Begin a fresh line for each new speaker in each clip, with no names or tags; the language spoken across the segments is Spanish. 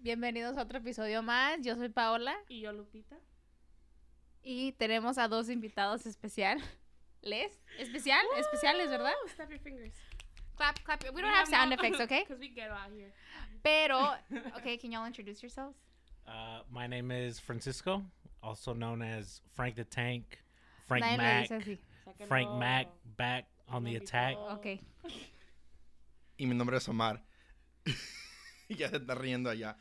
Bienvenidos a otro episodio más. Yo soy Paola
Y yo, Lupita.
y tenemos a dos invitados especial. ¿Les? ¿Especial? Especiales, ¿verdad?
Oh, snap your fingers.
Clap, clap. We don't have sound effects, okay?
Because we ghetto out here.
Pero, okay, can y'all introduce yourselves?
Uh, my name is Francisco, also known as Frank the Tank, Frank
Nadie lo
Mac,
dice así.
Frank Mac back on the
Maldito.
attack.
Okay.
Oh.
y mi nombre es Omar. ya se está riendo allá.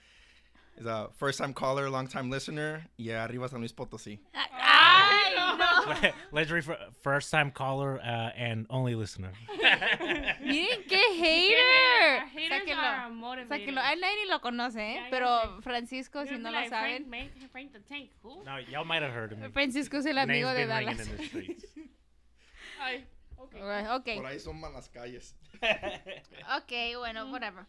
Es a first time caller, long time listener. Y arriba San Luis Potosí.
Ah,
Oh.
Ay, no.
Legendary fir- first time caller uh, and only listener.
Miren qué
Hater.
hater.
Haters
Sáquenlo.
are motivated.
Sáquenlo. Ay, nadie lo conoce, ¿eh?
Ya, ya
Pero
sé.
Francisco,
You're
si no
gonna
lo
be like, Frank,
saben.
Mac- Frank the Tank. Who?
no, y'all might have heard of me.
Francisco es el amigo de
Name's been ringing
Dallas.
in the streets.
Ay, okay.
Okay.
Por ahí son malas calles.
Ok, bueno, whatever.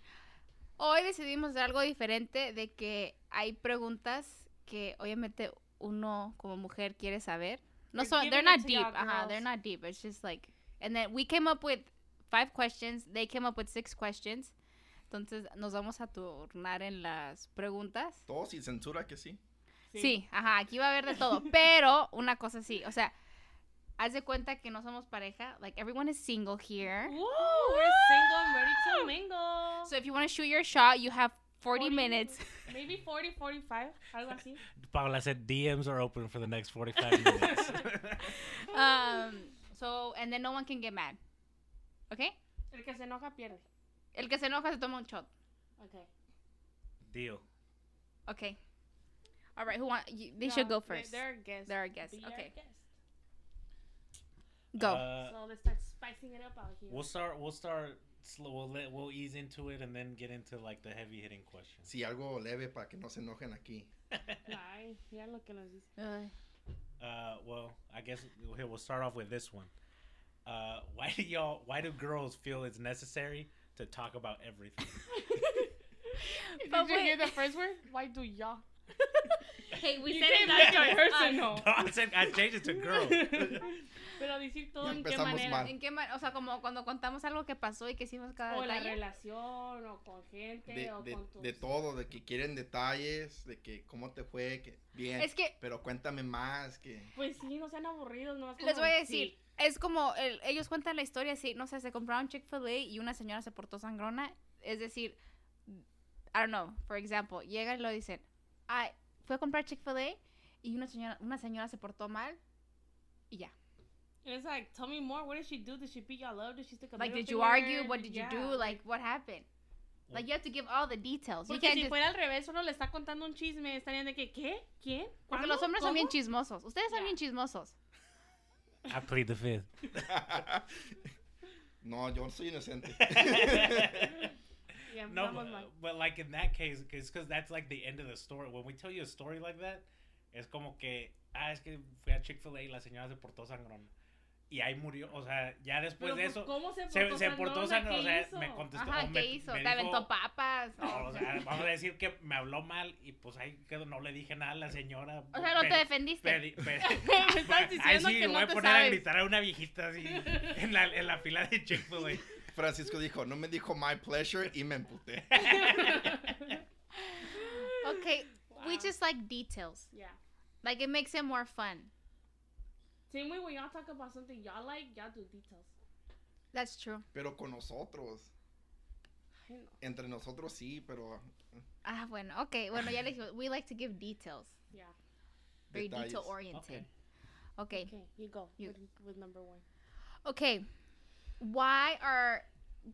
Hoy decidimos hacer algo diferente de que hay preguntas que obviamente uno como mujer quiere saber. No
We're
son, they're
giving
not
it to
deep.
y'all
Ajá, they're
girls.
not deep. It's just like, and then we came up with five questions. They came up with six questions. Entonces nos vamos a turnar en las preguntas.
Todo sin censura que sí.
Sí, ajá, aquí va a haber de todo. Pero una cosa sí, o sea, haz de cuenta que no somos pareja. Like everyone is single here.
Woo, we're single and ready to mingle.
So if you want to shoot your shot, you have 40,
40
minutes.
Maybe 40, 45, algo así.
Paula said DMs are open for the next 45 minutes.
um, so, and then no one can get mad. Okay?
El que se enoja pierde.
El que se enoja se toma un shot.
Okay.
Deal.
Okay. All right, who want you, they
No,
should go first.
They're, they're guests.
They're our guests,
Be our
okay.
guest.
go.
Uh,
so let's start spicing it up out here.
we'll start. We'll start. Slow, we'll let, we'll ease into it and then get into like the heavy hitting questions.
Sí, algo leve para que no se enojen aquí.
Ay, mira lo que nos dice.
Ay.
Uh, well, I guess here we'll start off with this one. Uh, why do y'all? Why do girls feel it's necessary to talk about everything?
Did
But
you
wait.
hear the first word? Why do y'all?
hey, we
You
said
can't
it
make
last
it
time.
personal.
No, I said I changed it to girl.
Pero decir todo
Ya
en qué
empezamos
manera.
Ay,
mal.
¿En qué man- O sea, como cuando contamos algo que pasó y que hicimos cada
O la
detalle.
relación, o con gente,
De,
o
de-
con tus...
de todo, de que quieren detalles, de que cómo te fue, que bien.
Es que
Pero cuéntame más, que
Pues sí, no sean aburridos, nomás
les
como
voy a decir, es como el- ellos cuentan la historia así, no sé, se compraron Chick-fil-A y una señora se portó sangrona, es decir, I don't know, for example, llegan y lo dicen, "Ay, fue a comprar Chick-fil-A y una señora una señora se portó mal y ya.
And it's like, tell me more, what did she do? Did she beat y'all up? Did she stick a
Like
middle
did you
finger?
argue? What did you
Yeah.
do? Like what happened? Like you have to give all the details. You
Porque
can't
si
just-
fuera al revés, solo le está contando un chisme, estarían de que, ¿qué? ¿Quién?
porque
¿Cuándo?
los hombres son
¿Cómo?
bien chismosos. Ustedes son
Yeah.
bien chismosos.
I plead the fifth.
no, yo soy inocente.
Y
No, pues,
empezamos
but,
mal.
but, like in that case, it's because that's like the end of the story. When we tell you a story like that, es como que ah es que fui a Chick Fil A y la señora se portó sangrón y ahí murió. O sea, ya después
Pero,
de
pues,
eso
¿cómo se
se,
portó
se portó
sangrona? ¿Qué
sangrón. O sea,
hizo?
me contestó.
Ajá,
me,
¿qué hizo?
me
Te aventó
dijo-
papas.
No, o sea, vamos a decir que me habló mal y pues ahí quedó, no le dije nada a la señora.
O sea, no te
Pedí-
defendiste.
pedí- pedí-
Me estás
Ahí
diciendo
sí,
que
voy
no
a
te
poner a
sabes.
gritar a una viejita así en la, en la fila de Chick-fil-A.
Francisco dijo, no me dijo my pleasure y me emputé.
Okay, we
Wow.
just like details.
Yeah.
Like it makes it more fun.
Same way when y'all talk about something y'all like, y'all do details.
That's true.
Pero con nosotros.
Ay, no.
Entre nosotros sí, pero
Ah, bueno, okay. Bueno, ya les digo, we like to give details.
Yeah.
Very
Detalles.
detail oriented. Okay. okay.
Okay, you go
You-
With, with number one.
Why are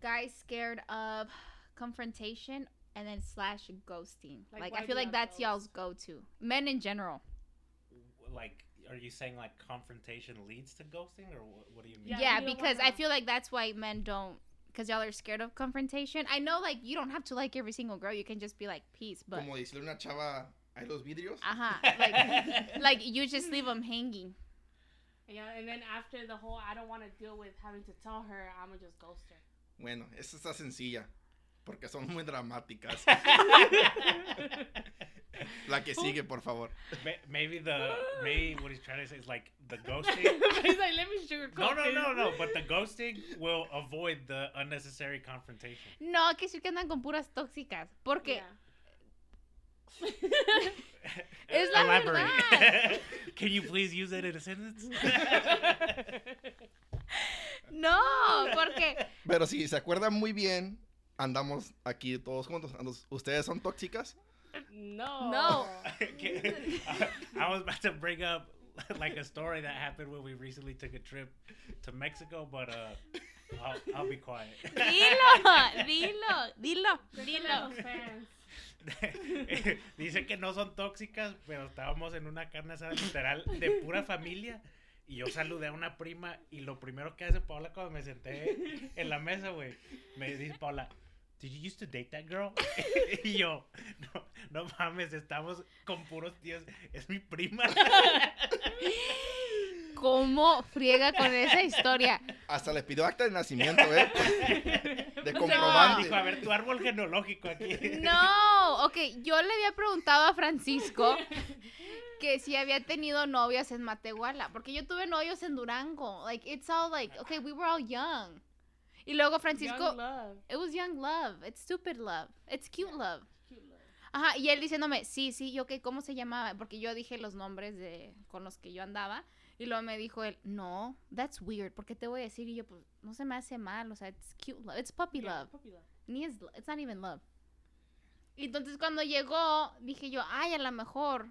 guys scared of confrontation and then slash ghosting?
Like,
Like,
why
I feel
do
like
y'all
that's
ghost?
y'all's go to. Men in general.
Like, are you saying like confrontation leads to ghosting or what, what do you mean?
Yeah,
Yeah,
we don't
because I
wanna-
feel like that's why men don't because y'all are scared of confrontation. I know like you don't have to like every single girl. You can just be like peace, but
como decirle a una chava, hay los vidrios.
uh-huh. Like like you just leave them hanging.
Yeah, and then after the whole, I don't want to deal with having to tell her, I'm gonna just ghost her.
Bueno, esta está sencilla. Porque son muy dramáticas. La que sigue, por favor.
Ma- maybe the maybe what he's trying to say is like the ghosting.
He's like, let me sugarcoat
No, no,
this."
no, no. But the ghosting will avoid the unnecessary confrontation.
No, que sí que andan con puras tóxicas, porque
Yeah.
Es la verdad.
Can you please use that in a sentence?
No, porque
Pero si se acuerdan muy bien, andamos aquí todos juntos. Andos- Ustedes son tóxicas.
no.
No.
Okay. I, I was about to bring up like a story that happened when we recently took a trip to Mexico, but uh, I'll, I'll be quiet.
dilo, dilo, dilo, dilo.
Little fans.
Dice que no son tóxicas, pero estábamos en una carne asada literal de pura familia. Y yo saludé a una prima y lo primero que hace Paola cuando me senté en la mesa, güey, me dice Paola, ¿Did you used to date that girl? y yo, no, no mames, estamos con puros tíos, es mi prima.
¿Cómo friega con esa historia?
Hasta les pidió acta de nacimiento, ¿eh? De comprobante.
Dijo, a ver, tu árbol genológico aquí.
No, ok, yo le había preguntado a Francisco que si había tenido novias en Matehuala, porque yo tuve novios en Durango. Like, it's all like, okay, we were all young. Y luego Francisco,
Young love.
it was young love, it's stupid love, it's cute love.
Cute love.
Ajá, y él diciéndome, sí, sí, yo que, ¿cómo se llamaba? Porque yo dije los nombres de, con los que yo andaba. Y luego me dijo él, no, that's weird, ¿por qué te voy a decir? Y yo, pues, no se me hace mal, o sea, it's cute love, it's puppy
Yeah,
love.
puppy love.
Ni es, lo- it's not even love. Y entonces cuando llegó, dije yo, ay, a lo mejor.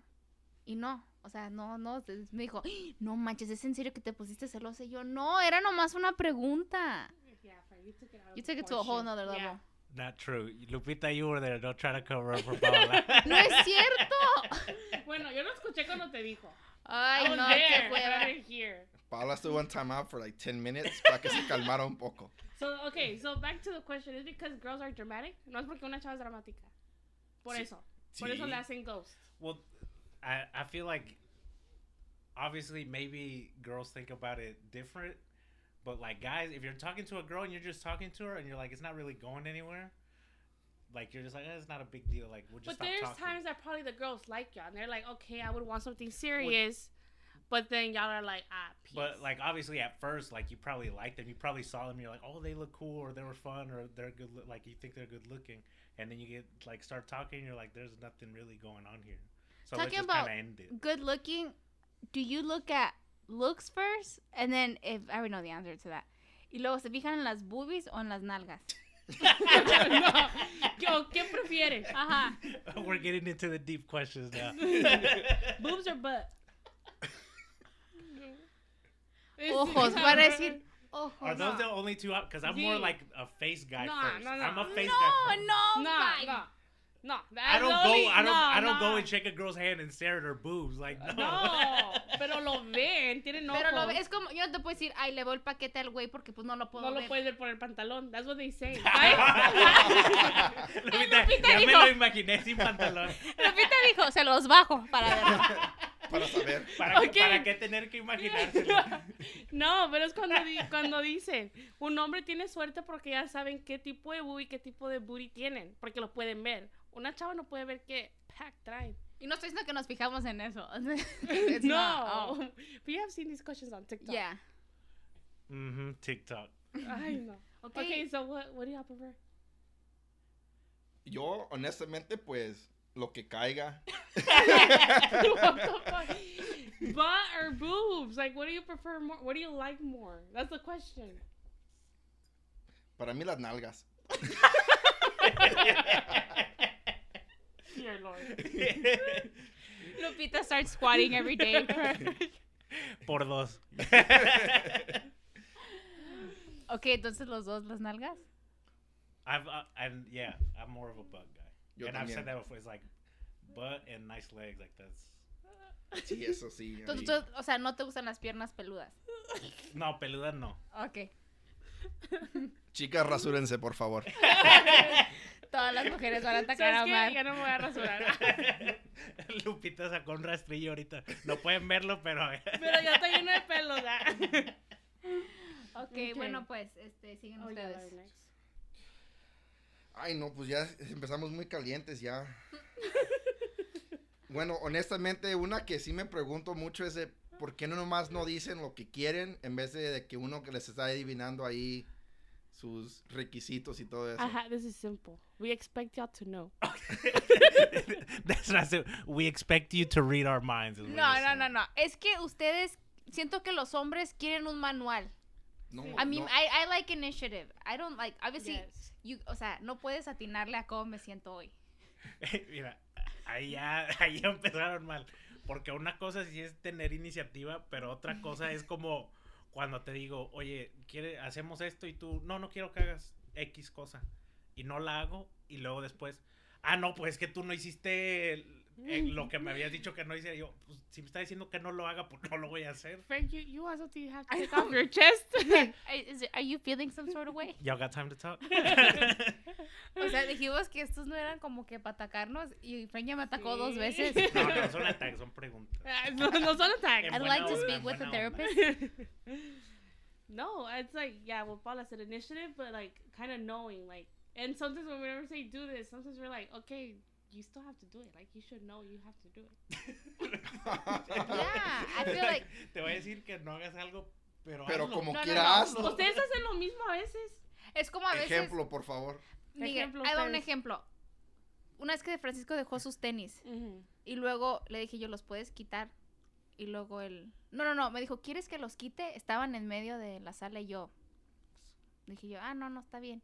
Y no, o sea, no, no. entonces Me dijo, "Ah, no manches, ¿es en serio que te pusiste celosa? Y yo, no, era nomás una pregunta.
Yeah, Frank, you took it out
You
of
took it to a whole
proportion.
nother
Yeah.
level.
Not true. Lupita, you were there. Don't try to cover up for Paola.
¡No es cierto!
Bueno, yo lo escuché cuando te dijo. I
Ay,
was
no,
there,
qué
but I
hueva.
didn't hear.
Paola estuvo en time out for like 10 minutes para que se calmara un poco.
So, okay, so back to the question. Is it because girls are dramatic? No es porque una chava es dramática. Por
Sí.
eso. Por eso le hacen ghost.
Well, I, I feel like obviously maybe girls think about it different, but like guys, if you're talking to a girl and you're just talking to her and you're like, it's not really going anywhere, like you're just like, eh, it's not a big deal. Like we'll just
But there's
stop talking.
times that probably the girls like y'all. And they're like, okay, I would want something serious. But then y'all are like, ah, peace.
But like obviously at first, like you probably liked them, you probably saw them, you're like, oh, they look cool or they were fun or they're good, loo- like you think they're good looking, and then you get like start talking, you're like, there's nothing really going on here. So
Talking
let's just
about
kind of end it.
Good looking, do you look at looks first? And then, if I already know the answer to that. Y luego, ¿se fijan en las boobies o en las nalgas?
no. Yo, ¿qué prefieres? Ajá.
We're getting into the deep questions now.
Boobs or butt?
Ojos, para decir
Are
ojos.
those the only two? Because I'm more
Yeah.
like a face guy
Nah,
first.
nah, nah.
I'm a face guy.
No,
First.
no,
No,
Mike.
no. Oh No,
I don't
that's only-
go. I don't.
no,
I don't
no.
go and shake a girl's hand and stare at her boobs. Like no.
No, pero lo ven, tienen ojos.
Pero lo ve- es como, yo no te puedo decir, ay, le voy el paquete al güey porque pues no lo puedo
no lo
ver.
puedes ver por el pantalón. That's what they say.
Lupita,
Lupita
ya me
dijo.
lo imaginé sin pantalón.
Lupita dijo, se los bajo para verlo.
Para saber.
¿Para, qué-
Ok.
¿Para qué tener que imaginárselo?
no, pero es cuando, di- cuando dicen, un hombre tiene suerte porque ya saben qué tipo de booty, qué tipo de booty tienen, porque lo pueden ver. Una chava no puede ver qué pack traen.
Y no estoy diciendo que nos fijamos en eso. It's
no.
not- oh.
But you have seen these questions on TikTok.
Yeah.
mm-hmm, TikTok.
Ay, no.
Ok.
Okay, so what, what do y'all prefer?
Yo, honestamente, pues, lo que caiga.
what the fuck? Butt or boobs? Like, what do you prefer more? What do you like more? That's the question.
Para mí, las nalgas.
Dear Lord.
Lupita starts squatting every day.
Por dos.
ok, entonces los dos, las nalgas.
I've uh, and yeah, I'm more of a butt guy.
Yo
and I've said
también.
that before. It's like butt and nice legs. Like that's
Sí, eso sí. a mí.
Entonces, tú- o sea, no te gustan las piernas peludas.
no peluda no.
Ok.
Chicas, rasúrense, por favor.
Todas las mujeres van a atacar
¿Sabes
a
qué?
Omar.
Ya no me voy a rasurar.
Lupita sacó un rastrillo ahorita. No pueden verlo, pero.
Pero ya está lleno de pelos. ¿ah?
Okay,
Ok.
bueno, pues, este, siguen
Oh, yeah,
ustedes.
very nice.
Ay, no, pues ya empezamos muy calientes ya. Bueno, honestamente, una que sí me pregunto mucho es de por qué no nomás no dicen lo que quieren en vez de, de que uno que les está adivinando ahí sus requisitos y todo eso.
Ajá, this is simple. We expect y'all to know.
That's not so- we expect you to read our minds. is what
No,
you're
no,
saying.
no, no. Es que ustedes, siento que los hombres quieren un manual.
No,
I mean,
no.
I, I like initiative. I don't like, obviously,
Yes.
you, o sea, no puedes atinarle a cómo me siento hoy.
Mira, ahí ya, ahí ya empezaron mal. Porque una cosa sí es tener iniciativa, pero otra cosa es como cuando te digo, oye, quiere, hacemos esto y tú, no, no quiero que hagas X cosa. Y no la hago y luego después, ah, no, pues que tú no hiciste el- el- lo que me habías dicho que no hice. Y yo, pues si me está diciendo que no lo haga, pues no lo voy a hacer.
Frank, you, you also do have to
I
take off
know.
your chest.
Are, is it- are you feeling some sort of way?
Y'all got time to talk.
O sea, dijimos que estos no eran como que para atacarnos y Frank ya me atacó dos
Sí.
veces.
no, no, son ataques, son preguntas.
no, no son attacks.
I'd
buena
like to
onda,
speak with a
buena onda.
therapist.
no, it's like yeah, well, Paula said initiative, but like kind of knowing like, and sometimes when we never say do this, sometimes we're like, okay, you still have to do it. Like you should know you have to do it.
Yeah, I feel like-
Te voy a decir que no hagas algo, pero
Pero
hazlo.
como
No, no,
quiera,
no.
hazlo.
Ustedes hacen lo mismo a veces.
Es como a veces.
Ejemplo, por favor.
Miguel,
Ejemplo,
ahí va un
ustedes.
ejemplo. Una vez que Francisco dejó sus tenis y luego le dije yo, ¿los puedes quitar? Y luego él... No, no, no, me dijo, ¿quieres que los quite? Estaban en medio de la sala y yo... Dije yo, ah, no, no, está bien.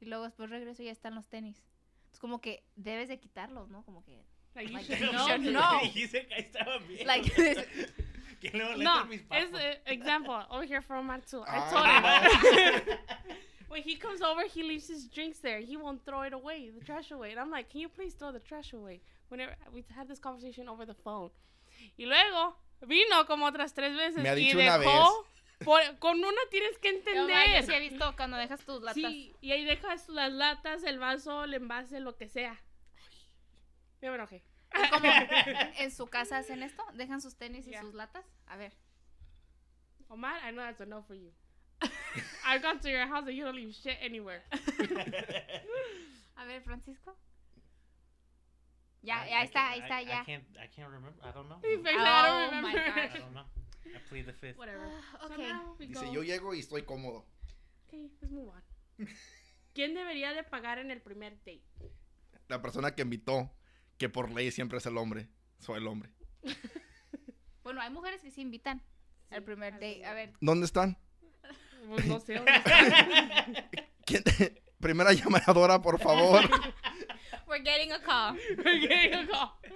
Y luego después regreso y ya están los tenis. Es como que debes de quitarlos, ¿no? Como que...
Like you
Like,
should
you
know.
should know.
Dijiste que ahí estaba bien.
Like,
¿Quién le molesta
No,
a mis papás?
it's an example over here from Matsu. I
Ah,
told him.
no.
When he comes over, he leaves his drinks there. He won't throw it away, the trash away. And I'm like, can you please throw the trash away? Whenever we had this conversation over the phone. Y luego vino como otras tres veces
Me ha dicho
y
una
dejó. por- con una tienes que
yo, ma, yo "Oh, sí he
entender.
visto cuando dejas tus latas.
Sí, y ahí dejas las latas, el vaso, el envase, lo que sea. Yo me enojé.
Es como, en su casa hacen esto, dejan sus tenis y
Yeah.
sus latas. A ver.
Omar, I know that's a no for you. I've gone to your house and you don't leave shit anywhere.
A ver, Francisco. Ya, ya está, ahí está,
I,
ya.
I can't, I can't remember. I don't know.
He's like,
Oh
I don't
my
remember.
gosh.
I don't know. I plead the fifth.
Whatever.
Ah,
So
ok.
now we
Dice,
go-
yo llego y estoy cómodo.
Okay, let's move on. ¿Quién debería de pagar en el primer date?
La persona que invitó, que por ley siempre es el hombre. Soy el hombre.
Bueno, hay mujeres que sí invitan al primer date. A ver,
¿Dónde están?
Pues no sé. ¿dónde está?
¿Quién- Primera llamadora, por favor.
we're getting a call.
We're getting a call.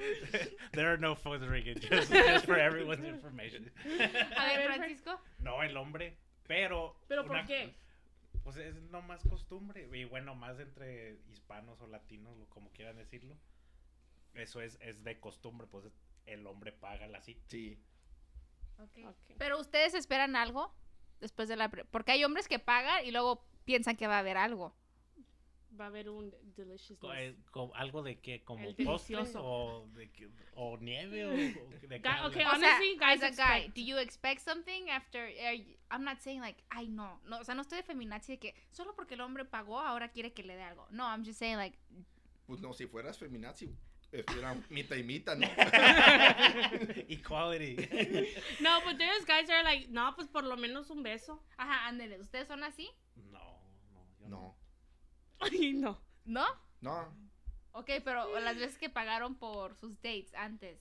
There are no phones ringing, just, just for everyone's information.
A
A ver,
ver,
Fran-
Francisco.
no, el hombre, pero...
¿Pero por
una-
qué?
Pues es nomás costumbre, y bueno, más entre hispanos o latinos, o como quieran decirlo. Eso es, es de costumbre, pues el hombre paga la cita.
Sí.
Ok.
Pero ustedes esperan algo después de la... pre- Porque hay hombres que pagan y luego piensan que va a haber algo.
Va a haber un delicious.
Co- eh, co- algo de que como
Pues El
postres
delicioso.
o, de que- o nieve o, o de qué
Ga-
hablan?
okay,
O sea,
Honestly, guys
as a guy,
expect-
do you expect something after? are you- I'm not saying like, ay no, no, o sea, no estoy de feminazi de que solo porque el hombre pagó ahora quiere que le dé algo. No, I'm just saying like,
Pues no, si eh, fueras feminazi, estuviera mitad y mitad, ¿no?
Equality.
No, but there's guys that are like, no, pues por lo menos un beso.
ajá, ándele, ustedes son así,
No, no, yo no.
No.
Ay, no.
¿no?
No.
Ok, pero las veces que pagaron por sus dates antes.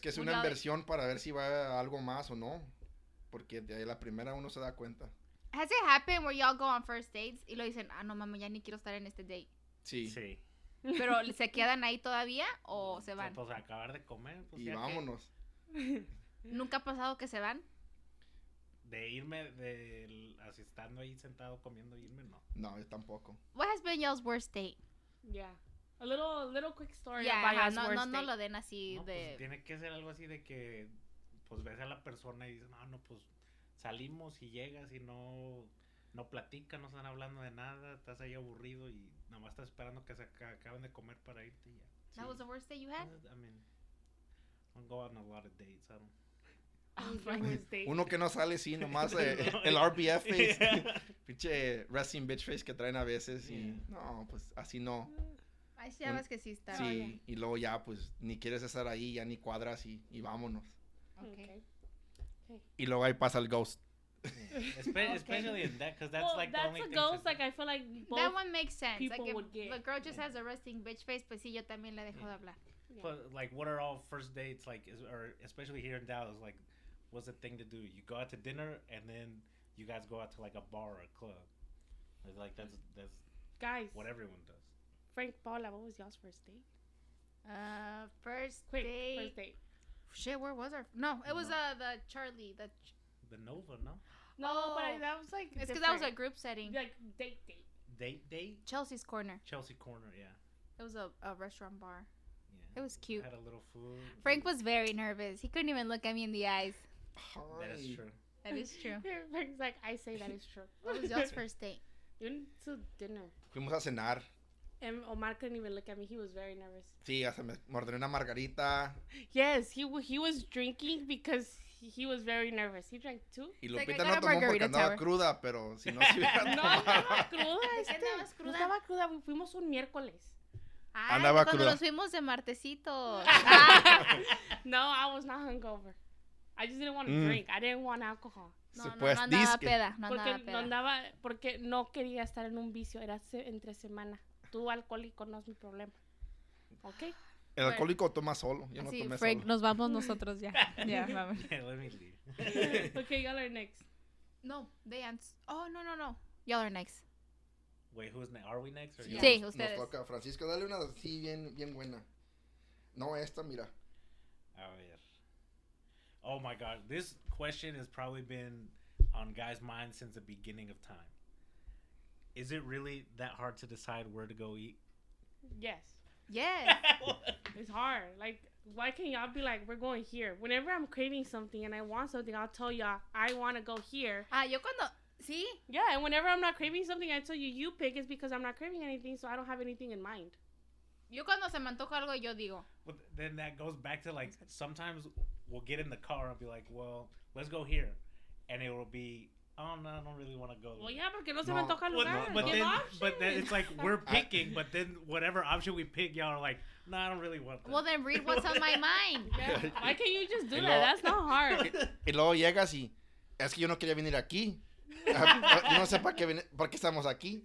Pues
que es
Un
una
lado-
inversión para ver si va a algo más o no. Porque de ahí la primera uno se da cuenta.
Has it happened where y'all go on first dates y lo dicen, ah no mami, ya ni quiero estar en este date?
Sí.
Sí.
Pero se quedan ahí todavía o se van?
Pues acabar de comer. Pues,
Y
ya que-
vámonos.
Nunca ha pasado que se van.
de irme, de, así estando ahí sentado comiendo, irme, no.
No, yo tampoco.
What has been y'all's worst date?
Yeah. A little, little quick story
Yeah,
about
ajá,
his
no,
worst
no, no
date.
lo den así
No, pues,
de.
tiene que ser algo así de que, pues ves a la persona y dices, no, no, pues salimos y llegas y no, no platican, no están hablando de nada, estás ahí aburrido y nada más estás esperando que se aca- acaben de comer para irte y ya.
That
Sí.
was the worst date you had?
Uh, I mean, I don't go on a lot of dates. I don't.
Your worst date.
Uno que no sale, sí, nomás eh, el RBF face. Pinche wrestling bitch face que traen a veces. Y
Yeah.
no, pues así no.
Mm,
Hay chavas
Pues,
chavas
que sí están.
Sí. Y luego ya, pues ni quieres estar ahí, ya ni cuadras y, y vámonos.
Okay.
Y luego ahí pasa el ghost.
Espe-
Okay.
Especially in that, because that's
well,
like the
that's
only
a
thing.
ghost.
that-
Like I feel like both.
That one makes sense.
people
like if
would get-
the girl just
Yeah.
has a resting bitch face, pues sí, yo también le dejo de hablar.
Plus, like, what are all first dates like? Is, or especially here in Dallas, like, what's the thing to do? You go out to dinner, and then you guys go out to like a bar or a club. It's like that's that's
Guys,
what everyone does.
Frank Paula, what was y'all's first date?
Uh, first
Quick,
date.
first date.
Shit, where was our? No, it was
No.
uh the Charlie. The ch-
The Nova, no
No, but
Oh.
I, that was like.
it's because that was a
different.
group setting.
like date date.
date date
Chelsea's corner.
Chelsea Corner, yeah,
It was a, a restaurant bar.
yeah.
It was cute.
Had a little food.
Frank was very nervous. He couldn't even look at me in the eyes.
That's
Hi.
true.
That is true.
Frank's like, I say that is true.
What was y'all's first date?
You need to dinner.
Fuimos a cenar.
And Omar couldn't even look at me. He was very nervous.
Sí, hasta me me ordené una margarita.
Yes, he wa- he was drinking because he- he was very nervous. He drank two.
Y
Like, I
Lupita
got a
no tomó porque
margarita
andaba
tower.
cruda, pero si no, si hubiera
No, no
tomado.
estaba cruda.
¿De qué
este,
andabas
no
cruda?
estaba cruda. fu- Fuimos un miércoles.
Ay,
Andaba
cuando
cruda.
nos fuimos de Ah, martesito.
no, I was not hungover. I just didn't want to
Mm.
drink. I didn't want alcohol.
No, no, no
Pues,
andaba
disque.
peda. No andaba
Porque no
peda.
andaba, porque no quería estar en un vicio. Era se- entre semana. Tú alcohólico no es mi problema. ¿Ok?
El alcohólico toma solo. Yo no
pues. Así,
tomé
Frank,
solo.
nos vamos nosotros ya. ya, vamos.
Yeah, let me leave.
okay, y'all are next.
No, they ans- Oh, no, no, no. Y'all are next.
Wait, who's next? Are we next? Or you?
Sí,
Nos-
ustedes.
Nos toca. Francisco, dale una así bien, bien buena. No, esta, mira.
A ver. Oh my God, this question has probably been on guys' minds since the beginning of time. Is it really that hard to decide where to go eat?
Yes.
Yes.
It's hard. Like, why can't y'all be like, we're going here? Whenever I'm craving something and I want something, I'll tell y'all, I want to go here.
Ah, yo cuando. Sí,
Yeah, and whenever I'm not craving something, I tell you, you pick. It's because I'm not craving anything, so I don't have anything in mind.
yo cuando se me antoja algo, yo digo.
But then that goes back to like sometimes we'll get in the car and be like, "Well, let's go here," and it will be, "Oh no, I don't really want to go."
Well, Oh, yeah, porque no se me
No.
antoja el
Well,
lugar.
no,
but
Give
then, but
options.
then it's like we're
I-
picking, but then whatever option we pick, y'all are like, "No, I don't really want." That.
Well, then read what's on my mind.
Yeah, Why can't you just do
Y
that?
luego-
That's not hard.
Y luego llegas y. Es que yo no quería venir aquí. Uh, Ah, Yo no sé para qué, vine- por qué estamos aquí.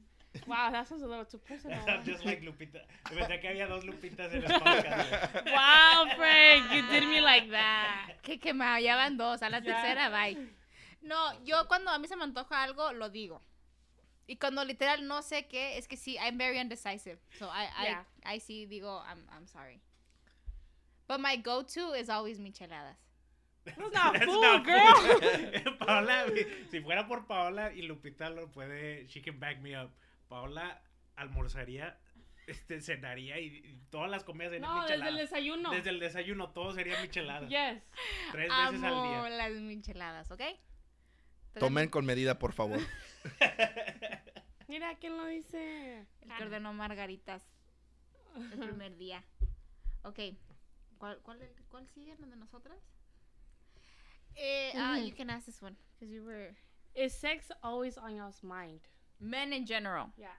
Wow, that sounds a little too personal.
I'm just like Lupita. Me pensé que había dos Lupitas en el podcast. güey.
wow, Frank, you did me like that.
Que, que me hallaban dos, a la
Ya.
tercera, bye. No, yo cuando a mí se me antoja algo, lo digo. Y cuando literal no sé qué, es que sí, I'm very indecisive. So I, I,
Yeah.
I sí digo, I'm, I'm sorry. But my go-to is always micheladas.
That's not
That's
food,
not
girl.
food. Paola, si fuera por Paola y Lupita lo puede, she can back me up. Paola almorzaría, este, cenaría y, y todas las comidas serían
No, desde el
micheladas.
desayuno.
Desde el desayuno todo sería michelada.
Yes.
Tres veces al
Amo
día.
las micheladas, ¿ok? Entonces,
Tomen con medida, por favor.
Mira, ¿quién lo dice?
El que ordenó margaritas el primer día. Ok. ¿Cuál, cuál, cuál sigue? ¿La de nosotras? Eh, ah,
Ujú.
you can ask this one. Because you were...
Is sex always on y'all's mind?
Men in general.
Yeah.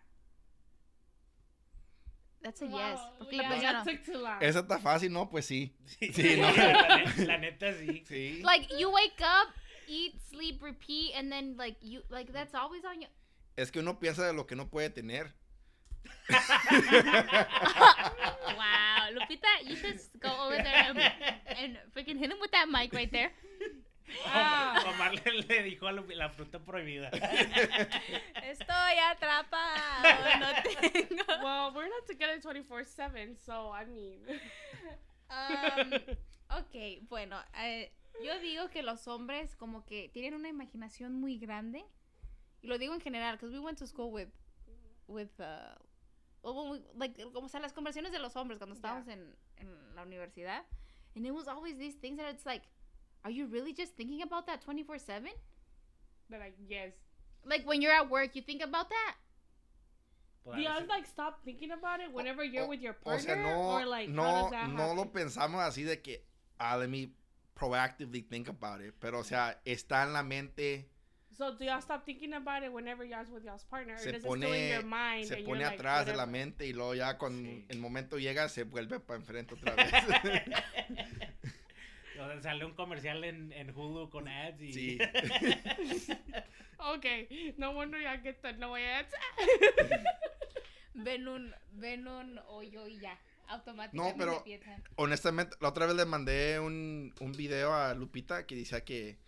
That's a yes.
Wow,
Porque
yeah,
la
that
pensaron.
took too long.
Esa está fácil, ¿no? Pues sí.
Sí,
Sí, no.
la, ne- la neta sí.
Sí.
Like, you wake up, eat, sleep, repeat, and then, like, you... Like, that's always on you.
Es que uno piensa de lo que no puede tener.
wow. Lupita, you should go over there and, and freaking hit him with that mic right there.
Ah.
Omar, Omar le, le dijo a Lupi- la fruta prohibida.
Estoy atrapado. No tengo...
well, we're not together 24 7, so I mean.
Um, ok, bueno, eh, yo digo que los hombres como que tienen una imaginación muy grande. Y lo digo en general, because we went to school with, with, uh, well, when we- like, como, o sea, las conversaciones de los hombres cuando estábamos en, en la universidad. And it was always these things that it's like, are you really just thinking about that 24-7?
They're like, yes.
Like, when you're at work, you think about that?
Pues,
Do
a
y'all
veces-
like stop thinking about it whenever you're
o-
with your
O
partner?
sea, no,
or like, how
no,
does that
no lo
happen?
pensamos así de que, ah, let me proactively think about it. Pero, o sea, está en la mente,
So do y'all stop thinking about it whenever y'all's with y'all's partner?
Se
or does it still in
pone-
your mind?
se
and
pone
you're like,
atrás de la
whatever?
mente y luego ya cuando
Sí.
el momento llega se vuelve para enfrente otra vez.
Entonces, sale un comercial en, en Hulu con ads y...
Sí.
Okay, no wonder y'all get the no ads.
Ven un, ven un hoyo y ya. automáticamente
No, pero-
piensan.
Honestamente, la otra vez le mandé un, un video a Lupita que decía que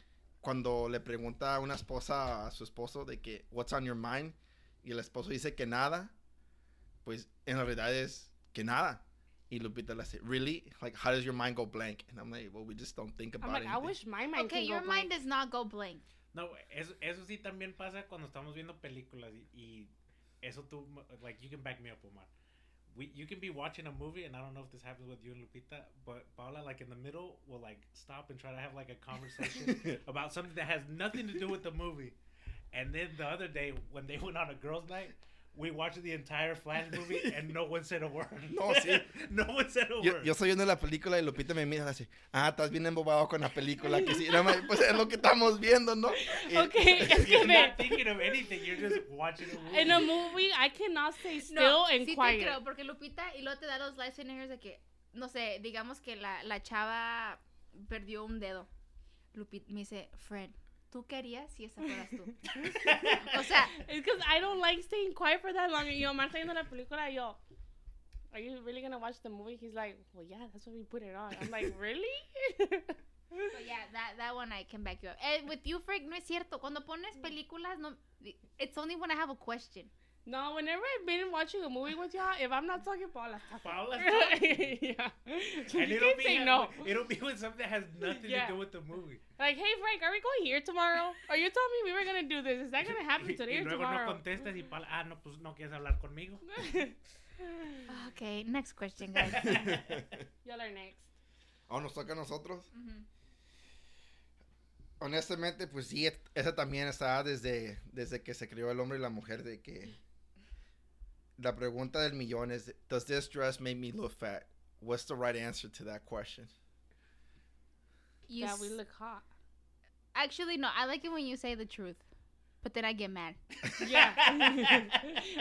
cuando le pregunta a una esposa a su esposo de que, what's on your mind? Y el esposo dice que nada, pues en realidad es que nada. Y Lupita le dice, really? Like, how does your mind go blank? And I'm like, well, we just don't think about
I'm like, I
anything."
wish my mind
Okay,
can
your
go
mind
blank.
does not go blank.
No, güey, eso, eso sí también pasa cuando estamos viendo películas y, y eso tú, like, you can back me up, Omar. We, you can be watching a movie, and I don't know if this happens with you and Lupita, but Paola, like, in the middle, will, like, stop and try to have, like, a conversation about something that has nothing to do with the movie. And then the other day, when they went on a girls' night, we watched the entire Flash movie, and no one said a word.
No, sí.
no one said a
Yo,
word.
yo estoy viendo la película y Lupita me mira así, ah, estás bien embobado con la película, que sí, nada más, pues es lo que estamos viendo, ¿no? Y-
Okay, es que
You're
ve,
not thinking of anything. You're just watching a movie.
in a movie I cannot stay still and
sí
quiet.
te creo, porque Lupita y luego te da los life scenarios de que, no sé, digamos que la, la chava perdió un dedo. Lupita me dice, Fred, ¿tú qué harías si esa fueras tú? o sea,
It's because I don't like staying quiet for that long. Yo, Marta viendo la película, yo, are you really gonna watch the movie? He's like, well, yeah, that's what we put it on. I'm like, really?
so yeah, that, that one I can back you up. And with you, Fred, no es cierto. Cuando pones películas, no, it's only when I have a question.
no, whenever I've been watching a movie with y'all, if I'm not talking, Paula's talking.
Paola's
yeah.
And
you
it'll
can't
be
say
ha-
no.
It'll be with something that has nothing
Yeah.
to do with the movie.
Like, hey, Frank, are we going here tomorrow? Are you telling me we were gonna do this? Is that gonna happen
Y-
today
y
or
luego no
tomorrow?
contestas y pal, ah, no, pues no quieres hablar conmigo.
Okay, next question, guys.
Y'all are next.
Ahora nos toca a nosotros.
Ujú.
Honestamente, pues sí, et- esa también está desde, desde que se creó el hombre y la mujer, de que la pregunta del millón es, ¿Does this dress make me look fat? What's the right answer to that question?
You
yeah, we
s-
look hot.
Actually, no, I like it when you say the truth, but then I get mad.
Yeah.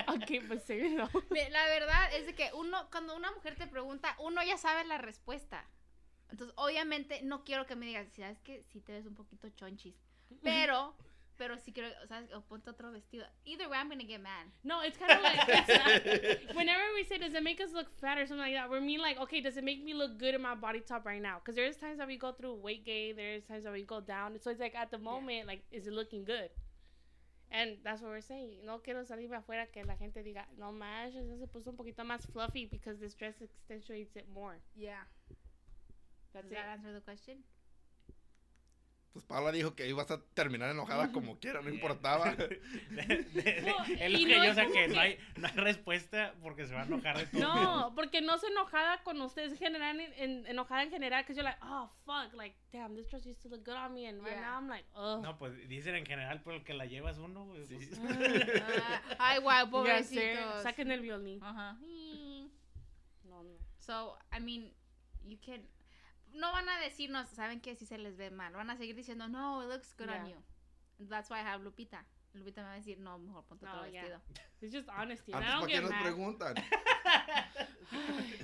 okay, but serious though.
Ve, La verdad es de que uno, cuando una mujer te pregunta, uno ya sabe la respuesta. Entonces, obviamente, no quiero que me digas, sabes que sí te ves un poquito chonchis. Pero, pero sí quiero, o sea, o ponte otro vestido. Either way, I'm gonna get mad.
No, it's kind of like it's not- whenever we say, "Does it make us look fat or something like that?" We're mean like, okay, does it make me look good in my body top right now? Because there's times that we go through weight gain, there's times that we go down. So it's like at the moment, like, is it looking good? And that's what we're saying. No quiero salirme afuera que la gente diga, no manches, ya se puso un poquito más fluffy because this dress accentuates it more.
Yeah.
That's
Does that
it.
answer the question?
Pues Paula dijo que ibas a terminar enojada como quiera, no importaba.
Well,
Es lo
y
que
no
yo
es
sé
como
que no
que-
hay, no hay respuesta porque se va a enojar de todo.
No, porque no se enojada con ustedes general en, en- enojada en general because you're like, oh fuck, like damn, this dress used to look good on me, and right
Yeah.
now I'm like, ugh.
No, pues dicen en general, pero el que la llevas uno. güey,
Sí.
pues-
Ah, ay, guau,
Ya sé,
pobrecitos.
Saquen el violín.
Ajá.
No, no.
So, I mean, you can... No van a decirnos, ¿saben qué? Si se les ve mal. Van a seguir diciendo, no, it looks good on
Yeah.
you. That's why I have Lupita. Lupita me va a decir, no, mejor ponte
No,
otro
yeah.
vestido.
It's just
Ah,
honesty. And
Antes,
I
¿para
don't
qué
get
nos
mad.
preguntan?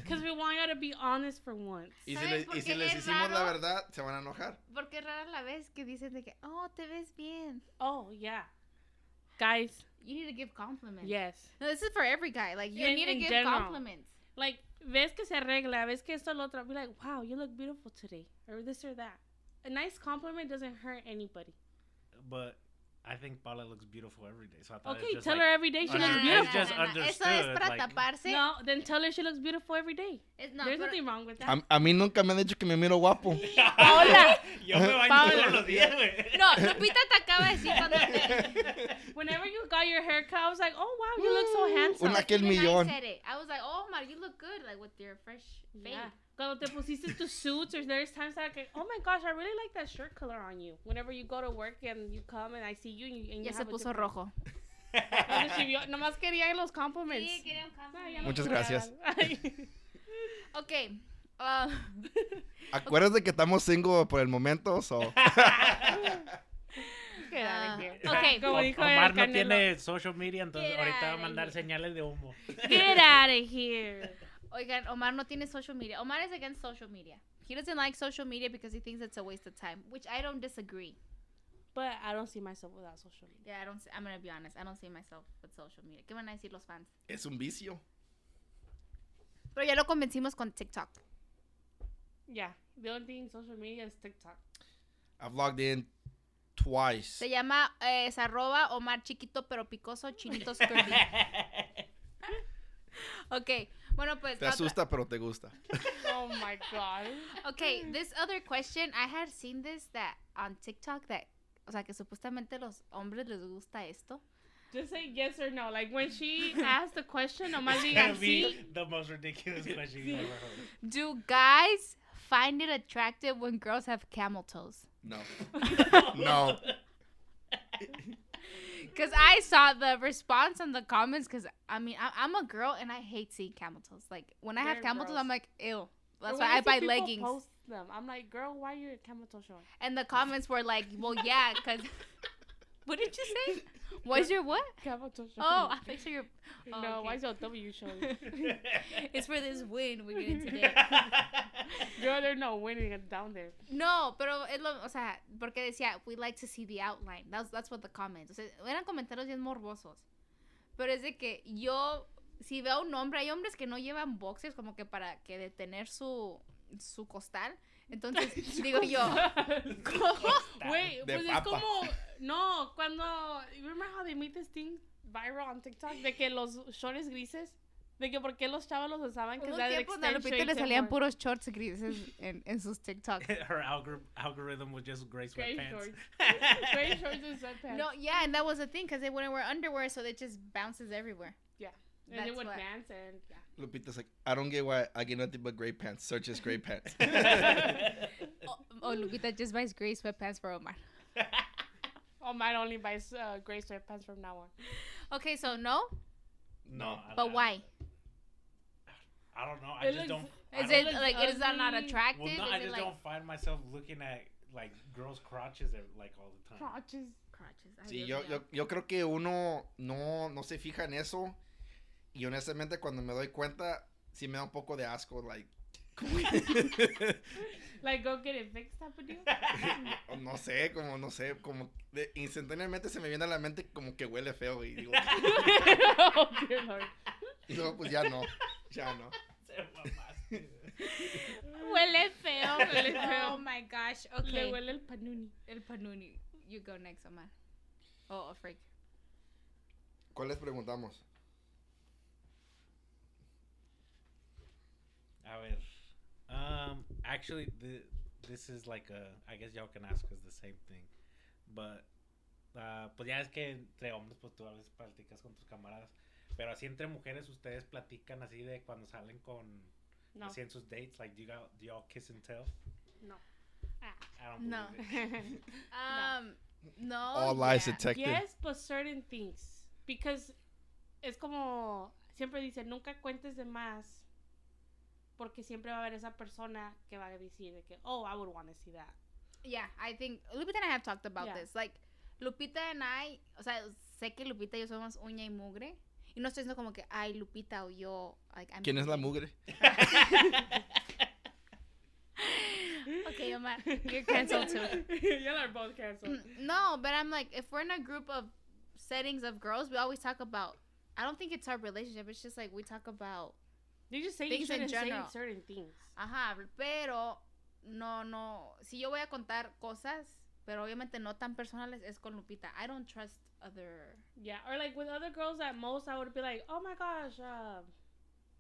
Because we want y'all to be honest for once.
Y si,
¿Sabes
les-
por
y si
qué
les
es
hicimos la
raro?
verdad, se van a enojar.
Porque es rara la vez que dicen de que, oh, te ves bien.
Oh, yeah. Guys,
You need to give compliments.
yes.
No, this is for every guy. Like, you
In-
need to
in
give
general.
compliments.
Like, ves que se arregla, ves que esto lo otro. Be like, wow, you look beautiful today. Or this or that. A nice compliment doesn't hurt anybody.
But I think Paula looks beautiful every day. So I thought it was
Okay,
just
tell
like-
her every day she
No, no,
looks
no,
beautiful.
just
Eso es
understood,
para
like-
taparse.
No, then tell her she looks beautiful every day.
es, no
There's
pero-
nothing wrong with that.
A, a mí nunca me han dicho que me miro guapo.
Paola.
Yo me baño
Paola.
todos los días, güey.
no, Lupita te acaba de decir cuando te-
Whenever you got your haircut, I was like, oh, wow, you look so handsome.
Una que el
even
millón.
"Mm, I said it. I was like, oh, Mar, you look good, like, with your fresh fade.
Yeah. Cuando te pusiste tus suits, or there's times that I can, oh my gosh, I really like that shirt color on you. Whenever you go to work and you come and I see you and you, and you
Ya se
have a
puso
different-
rojo.
Entonces, she vio- Nomás quería los compliments.
Sí, quería un
Ay,
compliment.
ya no
Muchas
puedo
gracias.
hablar.
Ok. ah,
Acuérdate que estamos single por el momento, so...
Get out of
Ah,
here.
ok.
Como
O-
dijo
Omar
el
no
Canelo,
tiene social media, entonces
Get
ahorita va a
outta
mandar
here.
señales de humo.
Get out of here.
Oigan, Omar no tiene social media. Omar is against social media. He doesn't like social media because he thinks it's a waste of time, which I don't disagree.
But I don't see myself without social media.
Yeah, I don't. See, I'm gonna be honest. I don't see myself with social media. ¿Qué van a decir los fans?
Es un vicio.
Pero ya lo convencimos con TikTok.
Yeah. The only thing in social media is TikTok.
I've logged in twice.
Se llama, eh, es arroba Omar Chiquito pero Picoso Chinitos Curly. ok, bueno pues.
Te
otra-
asusta, pero te gusta.
Oh my god.
Okay, this other question, I had seen this that on TikTok that, o sea, que supuestamente los hombres les gusta esto.
Just say yes or no. Like when she asked the question, no más
It's gonna
digan sí.
be the most ridiculous question you've ever heard.
Do guys find it attractive when girls have camel toes?
No. no.
Because I saw the response on the comments. Because I mean, I, I'm a girl and I hate seeing camel toes. Like when I have
They're
camel toes,
gross.
I'm like, ew. That's
Or
why
when
I buy
see people
leggings.
Post them. I'm like, girl, why your camel toe showing?
And the comments were like, well, yeah, because. what did you say? Was your what?
Camel toe showing.
Oh, I think so. Your oh,
no,
okay.
why is your W showing?
It's for this win we're getting today.
girl, there's no winning down there.
No, pero es lo, o sea, porque decía, we like to see the outline. That's, that's what the comments. O sea, eran comentarios bien morbosos. Pero es de que yo, si veo un hombre, hay hombres que no llevan boxers como que para que detener su, su costal. Entonces, digo yo,
Wait,
De
pues es
papa.
como. No, cuando. you Remember how they made this thing viral on TikTok? De que los shorts grises. De que por qué los chavos los usaban. Que
en un tiempo a Lupita le salían puros shorts grises en, en sus TikTok.
Her algor- algorithm was just gray
Gray
sweatpants.
shorts. Gray shorts and sweatpants.
No, yeah, and that was the thing, because they wouldn't wear underwear, so it just bounces everywhere.
and they
that's
would
what-
dance and. Yeah.
Lupita's like, I don't get why I get nothing but gray pants. Search is gray pants.
Oh, oh, Lupita just buys gray sweatpants for Omar.
Oh, mine only buys uh, gray sweatpants from now on.
Okay, so no,
no, I- I-
but why?
I don't know. I
It
just
looks-
don't. I
Is
don't-
it like it is that not
ugly.
attractive?
Well, no,
is
I
it
just
like
don't find myself looking at like girls' crotches ev- like all the time.
Crotches.
crotches? Ay,
Sí,
Dios
yo,
mío.
yo, yo creo que uno no, no se fija en eso. Y honestamente, cuando me doy cuenta, sí me da un poco de asco. Like, como que-
Like, go get it fixed type of deal.
o no sé, como no sé, como de- instantáneamente se me viene a la mente como que huele feo. Y digo,
oh, dear lord.
digo, pues ya no, ya no.
Huele feo,
huele feo.
Oh my gosh.
Le
Okay.
huele el panuni.
El panuni. You go next, Omar. Oh, a freak.
¿Cuál les preguntamos?
A ver. Um, actually, the, this is like a. I guess y'all can ask us the same thing. But. ah, pues ya es que entre hombres, pues tú a veces platicas con tus camaradas. Pero así entre mujeres, ustedes platican así de cuando salen con.
No.
Así en sus dates. Like, do, you got, do y'all kiss and tell?
No. Ah.
I don't
No.
believe it.
Um, no.
All lies
yeah.
detected.
Yes, but certain things. Because es como siempre dice, nunca cuentes de más. Porque siempre va a haber esa persona que va a decir de que, oh, I would want to see that.
Yeah, I think Lupita and I have talked about
Yeah.
this. Like, Lupita and I, o sea, sé que Lupita y yo somos uña y mugre. Y no estoy diciendo como que, ay, Lupita o yo. Like, I'm
¿Quién es la mugre?
Okay, Omar, you're canceled too.
Y'all are both canceled.
Mm, No, but I'm like, if we're in a group of settings of girls, we always talk about. I don't think it's our relationship. It's just like we talk about.
They just say you
Things in
shouldn't say
general.
certain things.
Ajá, pero no, no. Si yo voy a contar cosas, pero obviamente no tan personales, es con Lupita. I don't trust other.
Yeah, or like with other girls, at most I would be like, "Oh my gosh, um,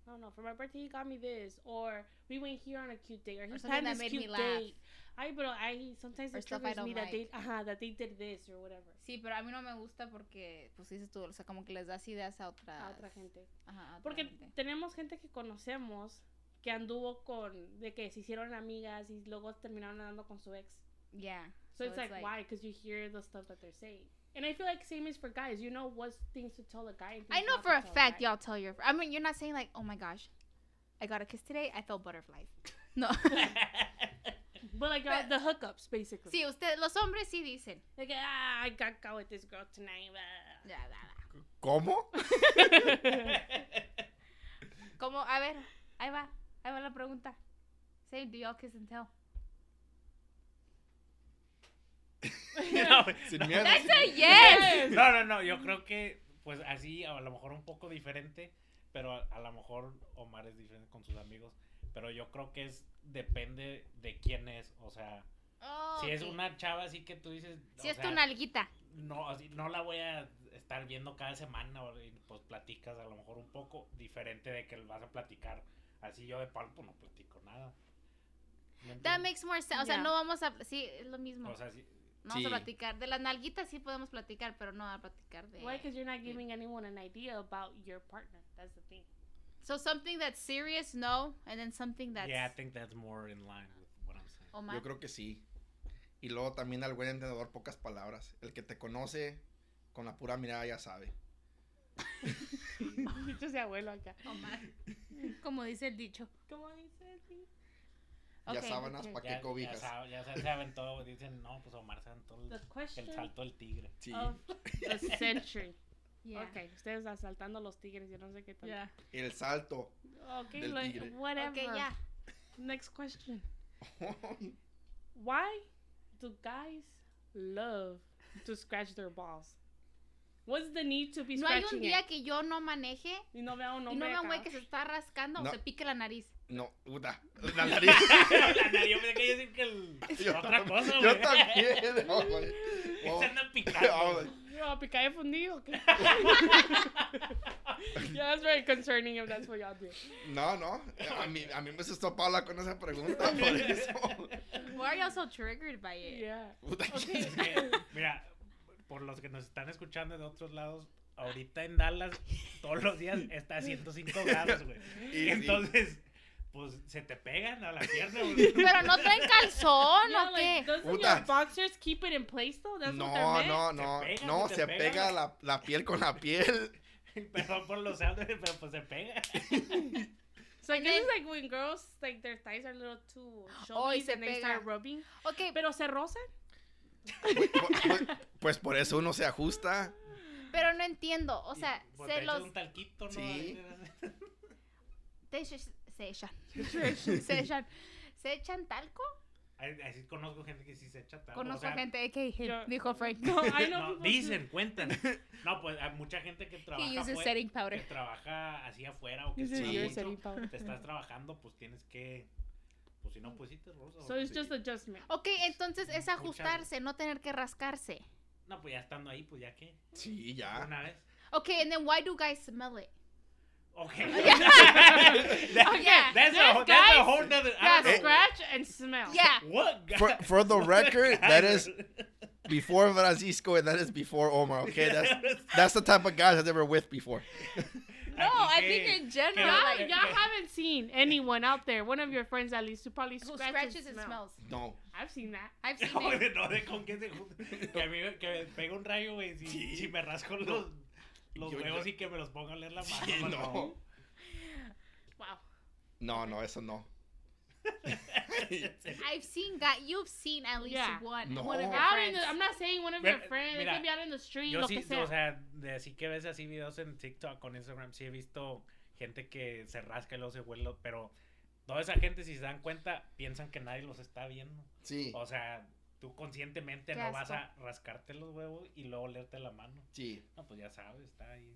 I don't know, for my birthday he got me this," or "We went here on a cute date," or "He
something
planned
that
this
made me
cute
laugh.
date." I but I sometimes
Or
it
stuff I
triggers me
don't
that they uh that they did this or whatever.
Sí, pero a mí no me gusta porque, pues dices tú, o sea, como que les das ideas a otras.
A otra gente.
Ajá, a otra
Porque
gente.
tenemos gente que conocemos que anduvo con de que se hicieron amigas y luego terminaron andando con su ex.
Yeah.
So, it's, like, why? Because you hear the stuff that they're saying. And I feel like same is for guys. You know what things to tell a guy. and
I
things
know
not
for
to
a
tell
fact
guy.
y'all tell your. I mean, you're not saying like, oh my gosh, I got a kiss today. I felt butterflies. No.
But like uh,
But-
the hookups, basically.
sí, usted, los hombres sí dicen.
Like, ah, I got caught with this girl tonight. blah."
Ya, ya, ya.
¿Cómo?
Como, a ver, ahí va, ahí va la pregunta. Say, do y'all kiss and tell?
No,
Sin
no.
miedo.
That's a yes.
No, no, no, yo creo que pues así, a lo mejor un poco diferente, Pero a, a lo mejor Omar es diferente con sus amigos. Pero yo creo que es depende de quién es. O sea,
Oh,
si es
ok.
una chava así que tú dices.
Si
o
es tu
sea,
nalguita.
no, así, no la voy a estar viendo cada semana, o- y, pues platicas a lo mejor un poco diferente de que vas a platicar. Así yo de palpo no platico nada. ¿Me
That
entiendes?
makes more sense. O sea,
Ya.
no vamos a. Sí, es lo mismo.
O sea, sí,
no vamos
Sí.
a platicar. De las nalguitas sí podemos platicar, pero no a platicar de.
Why? Because you're not giving anyone an idea about your partner. That's the thing.
So something that's serious, no. And then something that's.
yeah, I think that's more in line with what I'm saying.
Omar.
Yo creo que sí. Y luego también al buen entendedor, pocas palabras. El que te conoce con la pura mirada ya sabe.
Yo soy abuelo acá.
Omar. Como dice el dicho.
¿Cómo dices?
ya
Ok,
sábanas,
ok.
¿para qué
Ya, ya,
cobijas?
sabe- ya se, se aventó, dicen, no, pues Omar se aventó
The
el,
question
el salto del tigre.
Sí.
of the century.
Yeah.
Okay, ustedes asaltando los tigres, yo no sé qué tal.
Yeah.
El salto.
Okay,
Del
lo-
tigre.
whatever.
Okay, yeah.
Next question. Why do guys love to scratch their balls? What's the need to be
No hay un
scratching
día
it?
que yo no maneje
Y no vea un
y no
hombre
vea un
acá.
güey que se está rascando
No.
o se pique la nariz.
no, puta. La nariz.
yo pensé que iba a decir que el-
Yo
otra
tam-
cosa,
Yo
güey.
también. Oh. no, güey.
Se anda picando.
Oh,
Yo, picada de fundido. ¿qué? yeah, that's very concerning if that's what y'all do.
no, no. A mí, a mí me asustó Paula con esa pregunta. Por eso.
Why are you so triggered by it?
Yeah.
Puta,
Okay.
Eh, Mira, por los que nos están escuchando de otros lados, ahorita en Dallas todos los días está a 105 grados, güey.
Y sí.
Entonces, pues se te pegan a la pierna, güey.
Pero no traen calzón
Yeah,
o
like,
qué.
doesn't your
Puta.
boxers keep it in place though? That's what they're
No,
meant?
no,
Se pega,
no. no,
se
se,
te pega.
pega, la, la piel con la piel.
Perdón por los saldos, pero pues se pega.
So like,
And then-
this is like when girls, like their thighs are a little too
Oh, y
chubby
se
and they start
pega.
rubbing.
Ok,
Pero se rozan?
Pues, pues- pues por eso uno se ajusta.
pero no entiendo. O sea,
Y, pues, te
se
echas
los.
un talquito, ¿no?
Sí.
Te echas- se echan. se echan. ¿Se echan talco?
Ay, Así conozco gente que sí se echa talco. o
Conozco
sea,
gente que him,
yo-
dijo Frank.
No, pues, I know
No,
people do.
dicen, cuentan. No, pues hay mucha gente que trabaja,
He uses
fue-
setting
que
powder.
trabaja así afuera o que
This is
Sí.
estudia
your
mucho,
setting powder.
te estás trabajando, pues tienes que, pues si no, pues sí te rozas.
So it's just adjustment.
Ok, entonces es
Mucha-
ajustarse, no tener que rascarse.
No, pues ya estando ahí, pues ya qué,
Sí, ya.
una vez.
Ok, and then why do guys smell it?
Okay. That-
yeah.
That's,
There's
a, that's a
guys-
whole nother. I
Yeah,
don't know.
scratch and smell.
Yeah.
What?
For,
guy-
for the
what guy-
record, that is before Francisco and that is before Omar, okay? That's that's the type of guys that they were with before.
No, I
Aquí
think
que-
in general,
que-
Y'all,
like,
y'all haven't seen anyone out there, one of your friends at least, who probably
who
scratches,
scratches and
smell.
smells.
No.
I've seen that.
I've seen
No,
it.
no sé con qué se junta. Que a mí me- que me pega un rayo, güey. Si, si me rasco los, los
Yo-
huevos
yo-
y que me los ponga a leer la mano.
Sí,
pues,
no.
Wow.
No, no, eso no.
I've seen that. You've seen at least
Yeah.
one.
No.
One of your
Out in
friends.
the, I'm not saying one of
Mira-
your friends. They
mira,
could be out in the street,
Yo
lo
sí,
que sea.
o sea, de así que ves así videos en TikTok con Instagram, sí he visto gente que se rasca y luego se huele, pero toda esa gente, si se dan cuenta, piensan que nadie los está viendo.
Sí,
O sea, tú conscientemente
Qué
no vas a
asco.
rascarte los huevos y luego olerte la mano.
sí.
No, pues ya sabes, está ahí.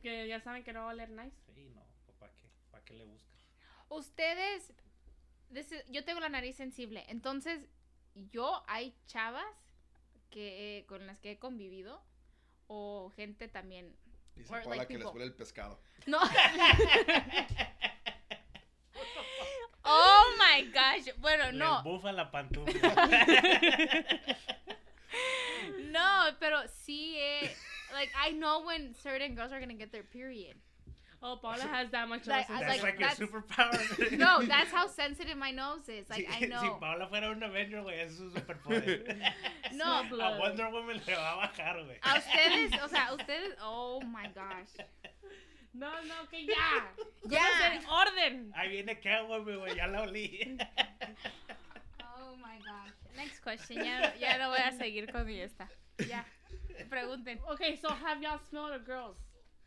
Que ya saben que no va a oler nice.
Sí, no, ¿para qué? ¿Para qué le buscas?
Ustedes, this is- yo tengo la nariz sensible, entonces yo hay chavas que eh, con las que he convivido o gente también,
Dice
Or,
Paula
like,
que les
people.
huele el pescado.
no. oh my gosh, bueno no,
No. bufa la pantufla.
no, pero sí, eh, like I know when certain girls are gonna get their period.
Oh, Paula has that much
Like,
of a
I was
That's
like,
like,
sensation.
your
that's-
superpower.
No, that's how sensitive my nose is. Like
si,
I
Si
know.
Paola fuera un Avenger, güey, ese es su superpoder.
No,
Smell
A
blood.
Wonder Woman le va a bajar, güey.
A ustedes, o sea, a ustedes, oh my gosh.
No, no, que ya.
Ya.
Conocer orden.
Ahí viene Catwoman, güey, ya la olí.
Oh my gosh. Next question. Ya, ya no voy a seguir con mi esta. Ya. Pregunten.
Okay, so have y'all smelled a girl's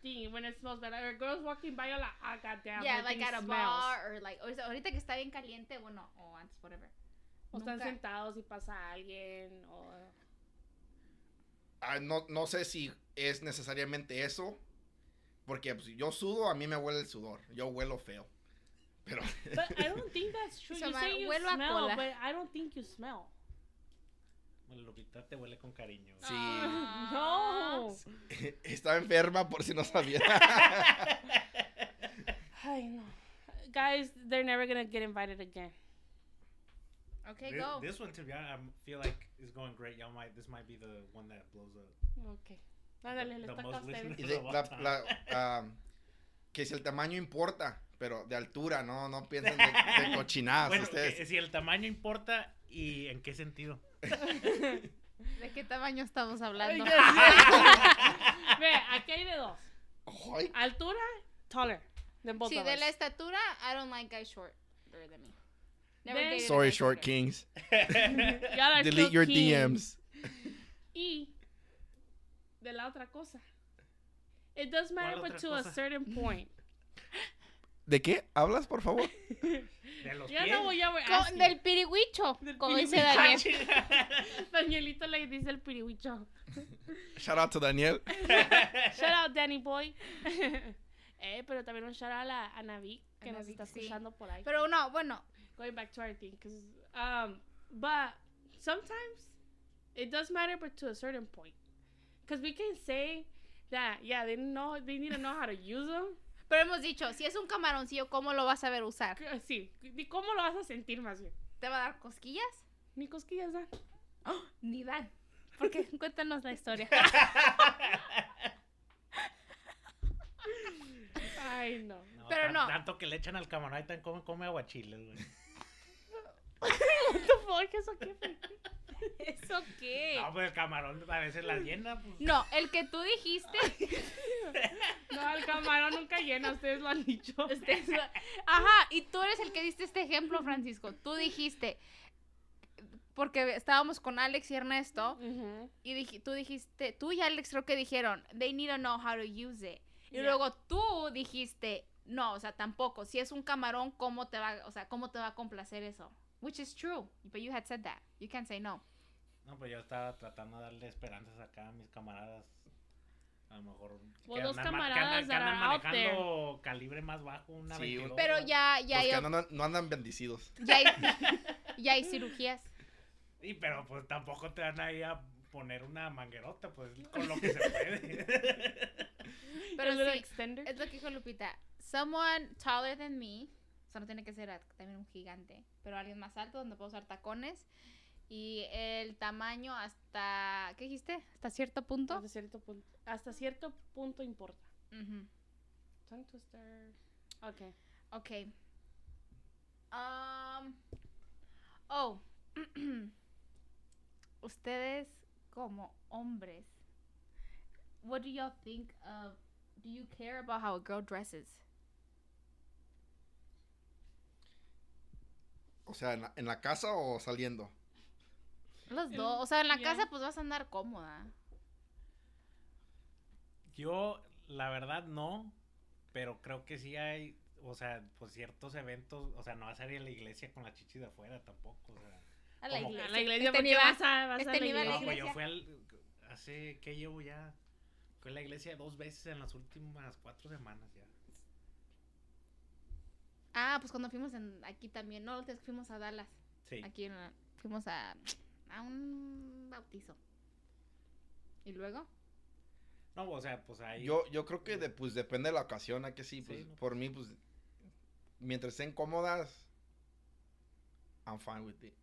thing when it smells bad? Or girls walking by, you're like, ah, goddamn.
yeah,
her
like
thing
at a
smells.
bar or like, o sea, ahorita que está bien caliente, bueno, o antes, whatever.
O están
Nunca.
sentados y pasa alguien. O...
Ah, no, no sé si es necesariamente eso, Porque pues, yo sudo, a mí me huele el sudor. Yo huelo feo. Pero.
But I don't think that's true.
So,
you
man,
say you
huelo a
smell,
cola.
but I don't think you smell.
Bueno, Lupita te huele con cariño.
Sí.
Ah.
No.
Estaba enferma por si no sabía.
I know. Guys, they're never gonna get invited again.
Okay,
Thi-
go.
This one, to be honest, I feel like is going great. Y'all might. This might be the one that blows up.
Okay. Ándale, le
The
toca a
most
ustedes.
Y
listeners.
de- la- la, um, que si el tamaño importa, pero de altura, no, no piensen de, de cochinadas
bueno, eh,
ustedes.
que- si el tamaño importa y en qué sentido.
¿De qué tamaño estamos
Ay,
hablando?
Dios mío. Ve, aquí hay de dos.
Ay,
Ah,
Altura, taller than both
Sí,
of
de
us.
la estatura, I don't like guys shorter than me. Never
Then-
dated a
sorry,
guy
short
shorter.
kings.
Y'all are
Delete
still
your
kings.
DMs.
Y de la otra cosa. It does matter,
¿Cuál
but
otra
to a
cosa?
certain point.
¿De qué hablas, por favor?
De los
Ya
pies.
no voy a ver.
Co- del pirigüicho, como dice Daniel.
Danielito le dice el pirihuicho.
Shout out to Daniel.
Shout out, Danny Boy. eh, pero también un shout out a, a Navi, que
A
nos
Navi,
está
sí.
escuchando por ahí.
Pero no, bueno,
Going back to our thing, 'cause, um, but sometimes it does matter, but to a certain point. Because we can say that, yeah, they know they need to know how to use them.
pero hemos dicho, si es un camaroncillo, ¿cómo lo vas a ver usar?
Que- Sí, ni cómo lo vas a sentir más bien.
¿Te va a dar cosquillas?
Ni cosquillas dan.
¡Oh! Ni dan. Porque cuéntanos la historia.
Ay, no.
No,
Pero
tan-
no.
Tanto que le echan al camarón y tan come, come aguachiles, güey.
What the fuck? ¿Eso qué fue?
¿Eso
Ah,
qué?
No, pues el camarón a veces las llena. Pues.
No, el que tú dijiste.
No, el camarón nunca llena, ustedes lo han dicho.
ustedes lo- Ajá, y tú eres el que diste este ejemplo, Francisco. Tú dijiste, porque estábamos con Alex y Ernesto,
Ujú.
y dij- tú dijiste, tú y Alex creo que dijeron, they need to know how to use it. Y
Yeah.
luego tú dijiste, no, o sea, tampoco, si es un camarón, ¿cómo te va, o sea, cómo te va a complacer eso? Which is true, but you had said that. You can't say no.
No, pues yo estaba tratando de darle esperanzas acá a mis camaradas. A lo mejor.
Well, those
ma-
camaradas
que
that
andan
are out
manejando calibre más bajo, una
Sí,
22.
un-
Pero ya, ya
Oh, Los
hay,
que
o-
andan- no andan bendecidos.
ya hay, ya hay cirugías.
Y pero pues tampoco te van a ir a poner una manguerota, pues con lo que se puede.
Pero
El little
sí,
extender.
Es lo que dijo Lupita. Someone taller than me. O sea, no tiene que ser a- también un gigante. Pero alguien más alto donde puedo usar tacones. Y el tamaño hasta. ¿Qué dijiste? Hasta cierto punto.
Hasta cierto punto. Hasta cierto punto importa.
Ujú.
Tongue twister. Okay.
Ok. Um, oh. Ustedes como hombres. What do y'all think of. Do you care about how a girl dresses?
O sea, ¿en la, en la casa o saliendo?
Los
El-
dos. O sea, en la
ya.
casa pues vas a andar cómoda.
Yo, la verdad, no. Pero creo que sí hay, o sea, pues ciertos eventos. O sea, no vas a ir a la iglesia con la chichi de afuera tampoco. O sea.
A la
¿Cómo?
iglesia.
A la iglesia,
Este
¿por
ni
qué
va.
vas a, vas a
este
la
ni va a la
No,
iglesia?
pues yo
iglesia.
fui al. Hace. ¿Qué llevo ya? Fui a la iglesia dos veces en las últimas cuatro semanas ya.
Ah, pues cuando fuimos en- aquí también, no, antes fuimos a Dallas,
Sí.
aquí en la- fuimos a, a un bautizo. ¿Y luego?
No, o sea, pues ahí.
Yo, yo creo que de- pues, depende de la ocasión, ¿a que sí?
Sí,
Pues,
no.
Por mí, pues, mientras estén cómodas, I'm fine with it.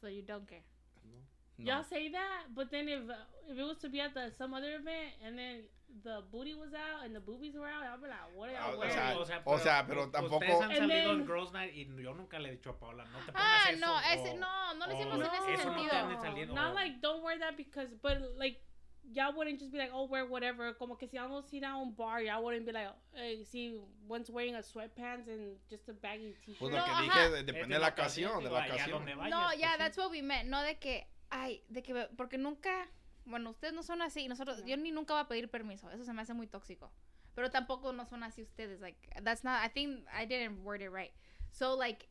So you don't care.
¿no?
No.
Y'all say that, but then if uh, if it was to be at the some other event and then the booty was out and the boobies were out, I'd be like, what are
Ah,
y'all
o
wearing?
sea,
pero,
o sea, pero
u-
tampoco-
Ustedes han
And
salido
then-
en Girls Night y yo nunca le he dicho a Paola, no te pongas
Ah,
eso.
no,
o-
ese, no, no lo
o-
hicimos en ese
eso no te
sentido.
han salido.
Not like don't wear that because, but like y'all wouldn't just be like, oh, wear whatever. Como que si y'all don't see that on bar, y'all wouldn't be like, hey, see, one's wearing a sweatpants and just a baggy t-shirt.
Pues lo
No,
que
ajá.
dije, de-
Es
depende de la ocasión, de
digo,
la
allá
ocasión.
donde vayas,
No,
pues,
ya,
sí.
that's what we meant, no de que, ay, de que, porque nunca, bueno, ustedes no son así, nosotros,
No.
yo ni nunca voy a pedir permiso, eso se me hace muy tóxico. Pero tampoco no son así ustedes, like, that's not, I think I didn't word it right. So, like,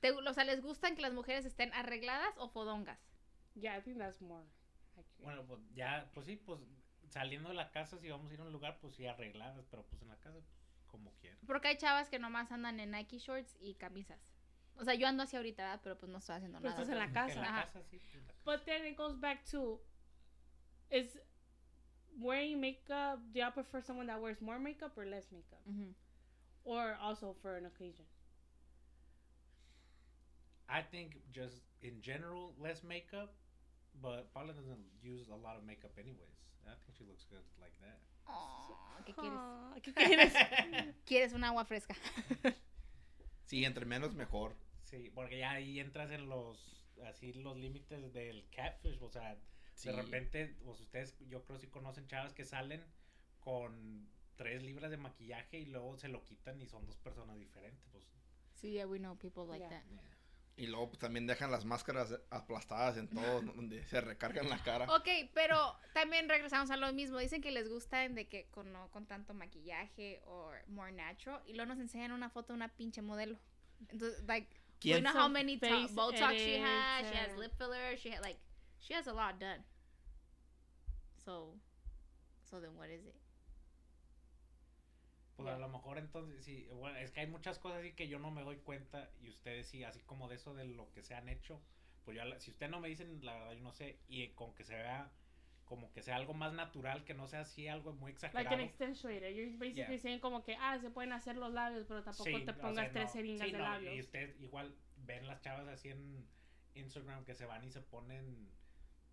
te, o sea, ¿les gustan que las mujeres estén arregladas o fodongas?
Yeah, I think that's more. accurate.
Bueno, pues ya, pues sí, pues saliendo de la casa, si vamos a ir a un lugar, pues sí arregladas, pero pues en la casa, como quieran.
Porque hay chavas que nomás andan en Nike shorts y camisas. O sea, yo ando así ahorita, ¿verdad? pero pues no estoy haciendo
Pero
nada.
estás en la
En
casa. Pues
la
Ajá.
casa, sí. pues, en la casa.
But then it goes back to is wearing makeup, do y'all prefer someone that wears more makeup or less makeup?
Ujú.
Or also for an occasion?
I think just in general, less makeup, but Paula doesn't use a lot of makeup anyways. I think she looks good like that.
Aw, Oh, ¿Qué quieres?
Aw, ¿qué quieres?
Quieres un agua fresca.
Sí, entre menos mejor.
sí, porque ya ahí entras en los, así los límites del catfish, o sea,
Sí.
de repente, pues ustedes, yo creo si conocen chavas que salen con tres libras de maquillaje y luego se lo quitan y son dos personas diferentes, pues.
sí, yeah, we know people like
Yeah.
that.
yeah.
Y luego pues, también dejan las máscaras aplastadas en todo, donde se recargan la cara.
Ok, pero también regresamos a lo mismo. Dicen que les gustan de que con, no con tanto maquillaje o more natural. Y luego nos enseñan una foto de una pinche modelo. Entonces, like, we
¿Quién?
know how many to-
Face
Botox she
edits
has. She has
and-
lip filler. She had, like, she has a lot done. So, so then what is it?
Pues a lo mejor entonces, sí, bueno, es que hay muchas cosas así que yo no me doy cuenta y ustedes sí, así como de eso de lo que se han hecho, pues yo, a la- si ustedes no me dicen, la verdad yo no sé, y con que se vea, como que sea algo más natural, que no sea así algo muy
Like este,
exagerado.
an extensuator. You're basically saying como que, ah, se pueden hacer los labios, pero tampoco
Sí,
te
o sea,
pongas tres
no,
jeringas
sí,
de
no, Y
labios.
ustedes igual ven las chavas así en Instagram que se van y se ponen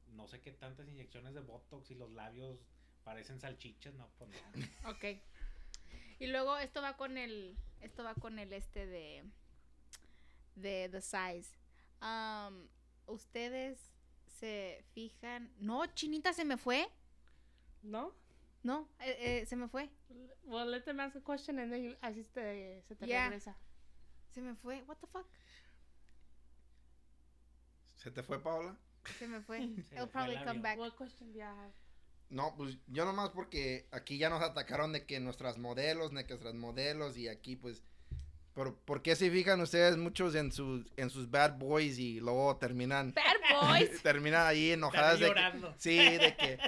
no sé qué tantas inyecciones de Botox y los labios parecen salchichas, no, pues no.
Ok. Y luego esto va con el. Esto va con el este de. De The Size. Um, Ustedes se fijan. No, Chinita se me fue.
No?
No, eh, eh, se me fue.
Well, let them ask a question and then you, así te, se te
Yeah.
regresa.
Se me fue. What the fuck?
¿Se te fue, Paola?
Se me fue.
Se me
It'll
fue
probably
el
come
avión.
back.
What question do y'all have?
No, pues yo nomás porque aquí ya nos atacaron de que nuestras modelos, de que nuestras modelos y aquí pues... Pero ¿por qué se fijan ustedes muchos en sus, en sus bad boys y luego terminan...
Bad boys.
terminan ahí
Están
enojadas de que,
llorando.
Sí, de que...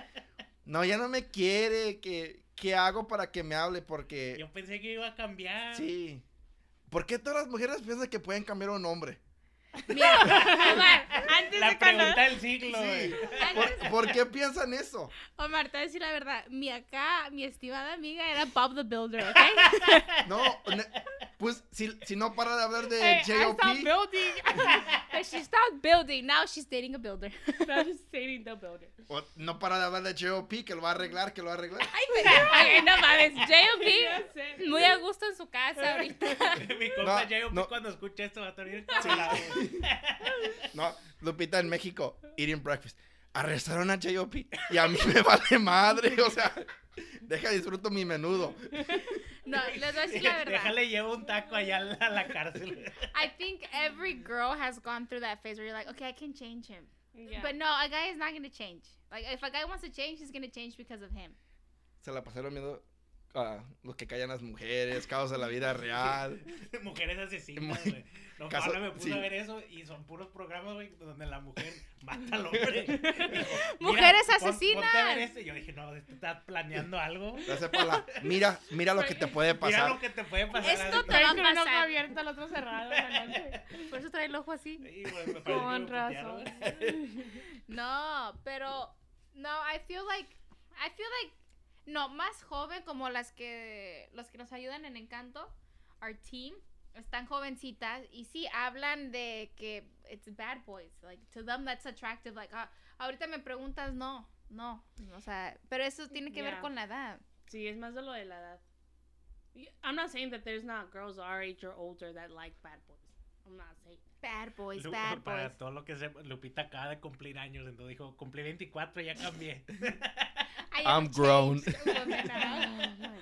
No, ya no me quiere, que... ¿Qué hago para que me hable? Porque...
Yo pensé que iba a cambiar.
Sí. ¿Por qué todas las mujeres piensan que pueden cambiar un hombre?
Mira,
Omar, antes
La
de cuando...
pregunta del siglo,
Sí.
güey.
¿Por, por qué piensan eso?
Omar, te voy a decir la verdad. Mi acá, mi estimada amiga era Bob the Builder, ¿ok?
No, ne- pues si, si no para de hablar de
Eh,
Hey, I stopped
J.O.P.
building. But she stopped building. Now she's dating a builder.
I'm just stating the builder.
o no para de hablar de J.O.P. que lo va a arreglar, que lo va a arreglar.
Ay, no mames,
Ya
JLB
sé.
muy a gusto en su casa ahorita.
Mi compa
No,
J.O.P.
no.
cuando escucha esto va a estar bien colado.
No, Lupita en México, eating breakfast. Arrestaron a J.O.P. y a mí me vale madre, o sea, deja disfruto mi menudo.
No, les voy a decir la verdad.
Déjale llevo un taco allá a la, a la cárcel.
I think every girl has gone through that phase where you're like, okay, I can change him.
Yeah.
But no, a guy is not going to change. Like, if a guy wants to change, he's going to change because of him.
Se la pasaron viendo a los que callan las mujeres, caos de la vida real.
Mujeres asesinas,
Muy-
güey. No,
Caso-
Paula me puse
sí.
a ver eso y son puros programas, güey, donde la mujer mata al hombre. Dijo,
Mujeres
"Mira, pon-
asesinas".
ponte a ver esto. Y Yo dije, no, este está planeando algo.
Ya sepa la- mira, mira lo que te puede
Mira lo
pasar.
que te puede pasar.
Esto te
Traes
va
con un
a
ojo
pasar.
abierto, el otro cerrado. en la noche.
Por eso trae el ojo así.
Sí, güey, me pareció
Con
que me putearon.
razón.
No, pero no, I feel like I feel like no, más joven como las que los que nos ayudan en Encanto, our team, están jovencitas y sí hablan de que it's bad boys, like to them that's attractive, like ah, ahorita me preguntas no, no, o sea, pero eso tiene que ver
Yeah.
con la edad.
Sí, es más de lo de la edad. Y- I'm not saying that there's not girls our age or older that like bad boys. I'm not saying
Bad boys,
Lu-
bad
para
boys.
todo lo que se Lupita acaba de cumplir años, entonces dijo, cumplí 24 y ya cambié.
I am
I'm grown.
changed woman, ¿verdad?
Oh my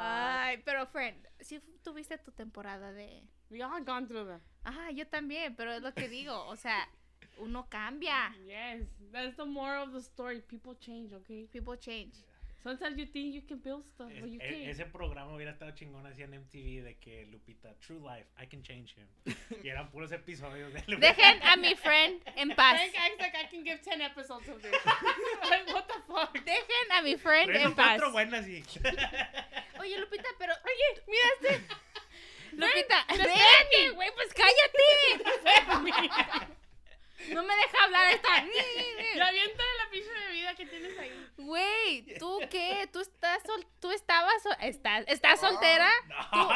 Ay, pero friend, si tuviste tu temporada de
We all gone through them.
Ajá, yo también, pero es lo que digo, o sea, uno cambia.
Yes, that's the moral of the story. People change, okay?
People change.
Sometimes you think you can build stuff,
Es-
but you
e-
can't.
ese programa hubiera estado chingón así en MTV de que Lupita, True Life, I can change him. Y eran puros episodios de Lupita.
Dejen a mi friend en paz.
Frank acts like I can give 10 episodes of this. like, what the fuck?
Dejen a mi friend
Tres o
en paz.
cuatro buenas y...
Oye, Lupita, pero.
Oye, mira este.
Lupita, espérate, güey, pues cállate. No me deja hablar esta.
Ya aviéntale la pinche bebida que tienes ahí.
Güey, ¿tú qué? ¿Tú estás sol- tú estabas sol- estás estás soltera?
No,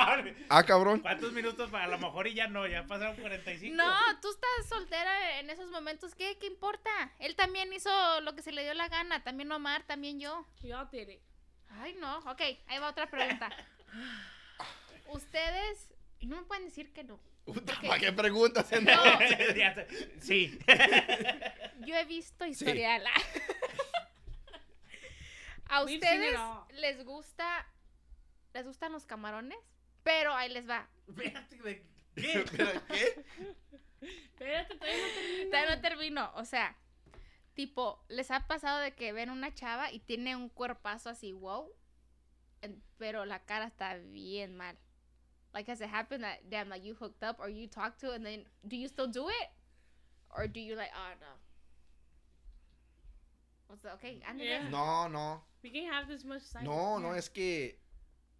Ah, cabrón.
¿Cuántos minutos? para- A lo mejor y ya no, ya pasaron 45.
No, tú estás soltera en esos momentos. ¿Qué qué importa? Él también hizo lo que se le dio la gana, también Omar, también yo.
We all did it.
Ay, no. Ok, ahí va otra pregunta. Ustedes no me pueden decir que no.
Puta, ¿Para qué preguntas?
No,
Ya sé. sí.
yo he visto historial. ¿A
We've seen it
ustedes
all.
les gusta les gustan los camarones? Pero ahí les va.
Espérate, ¿de qué?
Mira, ¿Qué?
Espérate, todavía no termino.
Todavía no termino. O sea, tipo, les ha pasado de que ven una chava y tiene un cuerpazo así, wow. en- Pero la cara está bien mal. Like, has it happened that, damn, like you hooked up or you talked to, and then do you still do it? Or do you like, oh no. What's the, okay, ándale.
Yeah.
No, no.
We can't have this much silence.
No, no, es que.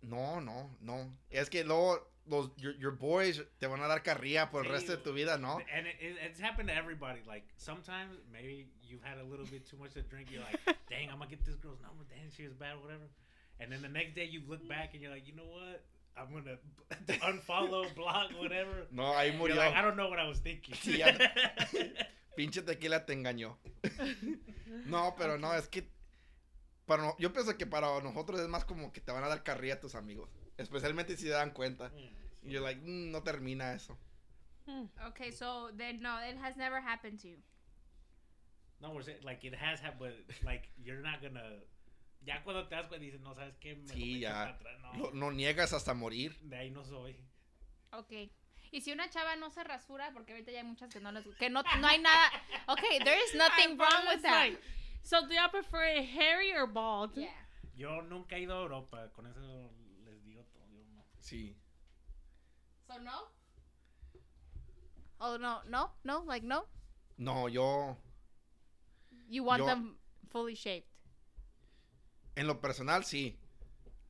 No, no, no. Es que luego los your, your boys te van a dar carrilla por el
Sí,
resto de
güey.
tu vida, ¿no?
And it, it, it's happened to everybody. Like sometimes maybe you've had a little bit too much to drink. You're like, dang, I'm gonna get this girl's number. Dang, she was bad, whatever. And then the next day you look back and you're like, you know what? I'm gonna unfollow, block, whatever.
No, ahí
You're
murió.
like, I don't know what I was thinking. Hmm.
Sí, ya. Pinche tequila te engañó. no, pero no, es que. Para, no- yo pienso que para nosotros es más como que te van a dar carrilla a tus amigos. Especialmente si se dan cuenta. Y yo, like, "Mm, no termina eso.
Okay, so then no, it has never happened to you.
no, we're saying, like it has happened. but, Like you're not gonna. Ya cuando te das cuenta dices, no sabes qué. Mejor
Sí,
me echo para
ya.
atrás".
Lo,
No,
lo niegas hasta morir.
de ahí no soy.
Okay. Y si una chava no se rasura, porque ahorita ya hay muchas que no les que no, no hay nada. Okay, there is nothing wrong with that.
so do y'all prefer it hairy or bald?
Yeah.
Yo nunca he ido a Europa. Con eso les digo todo. Yo no.
Sí.
So no? Oh no, no, no, like no.
No, yo.
You want
Yo-
them fully shaped.
En lo personal, sí.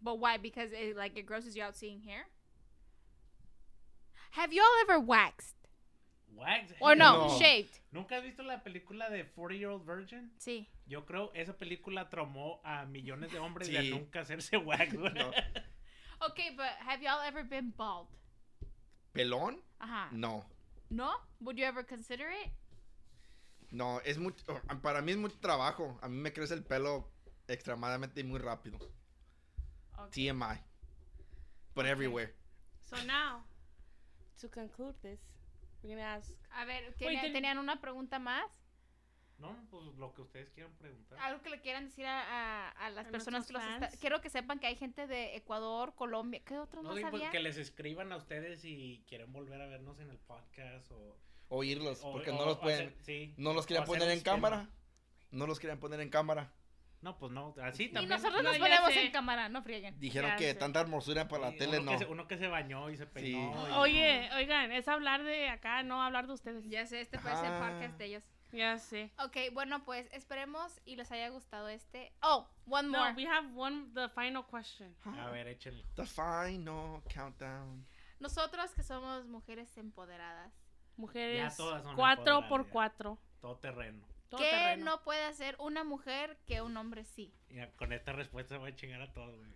But why? Because it like it grosses you out seeing hair? Have y'all ever waxed?
Wags.
Or no,
No.
shaved.
¿Nunca has visto la película de 40 Year Old Virgin?
Sí.
Yo creo esa película traumó a millones de hombres de
Sí.
nunca hacerse wax. güey.
No.
Okay, but have y'all ever been bald?
¿Pelón?
Ah.
Ajá.
Mm.
No.
No? Would you ever consider it?
No, es mucho. Para mí es mucho trabajo. A mí me crece el pelo extremadamente y muy rápido. TMI. But everywhere.
So now, to conclude this, we're gonna ask.
A ver,
Wait,
¿tiene-
then-
¿tenían una pregunta más?
No, pues lo que ustedes quieran
Ah,
preguntar.
Algo que le quieran decir a, a- a las
A
personas que los
nuestros
está-
fans.
Quiero que sepan que hay gente de Ecuador, Colombia. ¿Qué otros
No,
más
sí, pues,
había?
que les escriban a ustedes si quieren volver a vernos en el podcast o...
Oírlos,
o-
porque
o-
no los
o
pueden.
hacer- sí.
No los
o
querían poner en
hacerlos que no.
cámara. No los querían poner en cámara.
No, pues no, así
Y
también.
nosotros
No,
nos
ya
ponemos
sé.
en cámara, no frieguen.
Dijeron
Ya
que
sé.
tanta hermosura para
Sí,
la tele
uno Que
no.
se, uno que se bañó y se peinó.
Sí.
y-
Oye, oigan, es hablar de acá, no hablar de ustedes.
Ya sé, este puede ser
Ajá.
podcast de ellos.
Ya sé.
Ok, bueno, pues esperemos y les haya gustado este. Oh, one
No,
more.
we have one, the final question.
Ah,
A ver, échenlo.
The final countdown.
Nosotros que somos mujeres empoderadas,
Mujeres
todas son
4
empoderadas,
por
ya.
4
Todo terreno.
¿qué no puede hacer una mujer que un hombre sí?
Mira, con esta respuesta voy a chingar a todos, güey.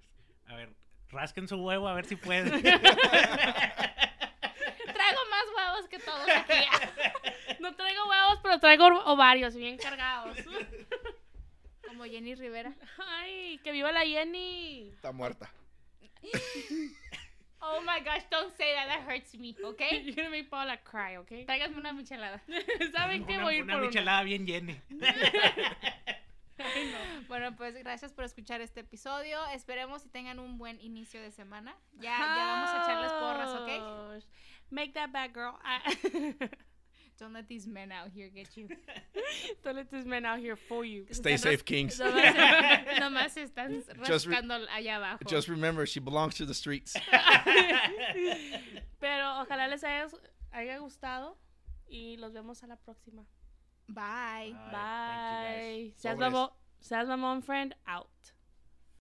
A ver, rasquen su huevo a ver si pueden.
Traigo más huevos que todos aquí.
No traigo huevos, pero traigo ovarios bien cargados.
Como Jenny Rivera.
Ay, que viva la Jenny.
Está muerta.
Pues
Oh my gosh, don't say that, that hurts me, okay?
You're gonna make Paula cry, okay?
Tráiganme ¿Eh? una michelada.
¿Saben qué?
una,
Voy a ir
una
por una.
michelada bien llena.
Bueno, pues gracias por escuchar este episodio. Esperemos que tengan un buen inicio de semana. Ya,
Ah,
ya vamos a echarles porras, ¿ok?
Make that bad girl. Ah.
Don't let these men out here get you.
Don't let this man out here fool you.
Stay safe, Kings.
Nomás, nomás están
Just re-
rascando allá abajo.
Just remember, she belongs to the streets.
Pero ojalá les haya, haya gustado y los vemos a la próxima.
Bye.
Bye. Thank you, guys.
Bye. Seas
Sobres.
mamón, seas mamón, friend, out.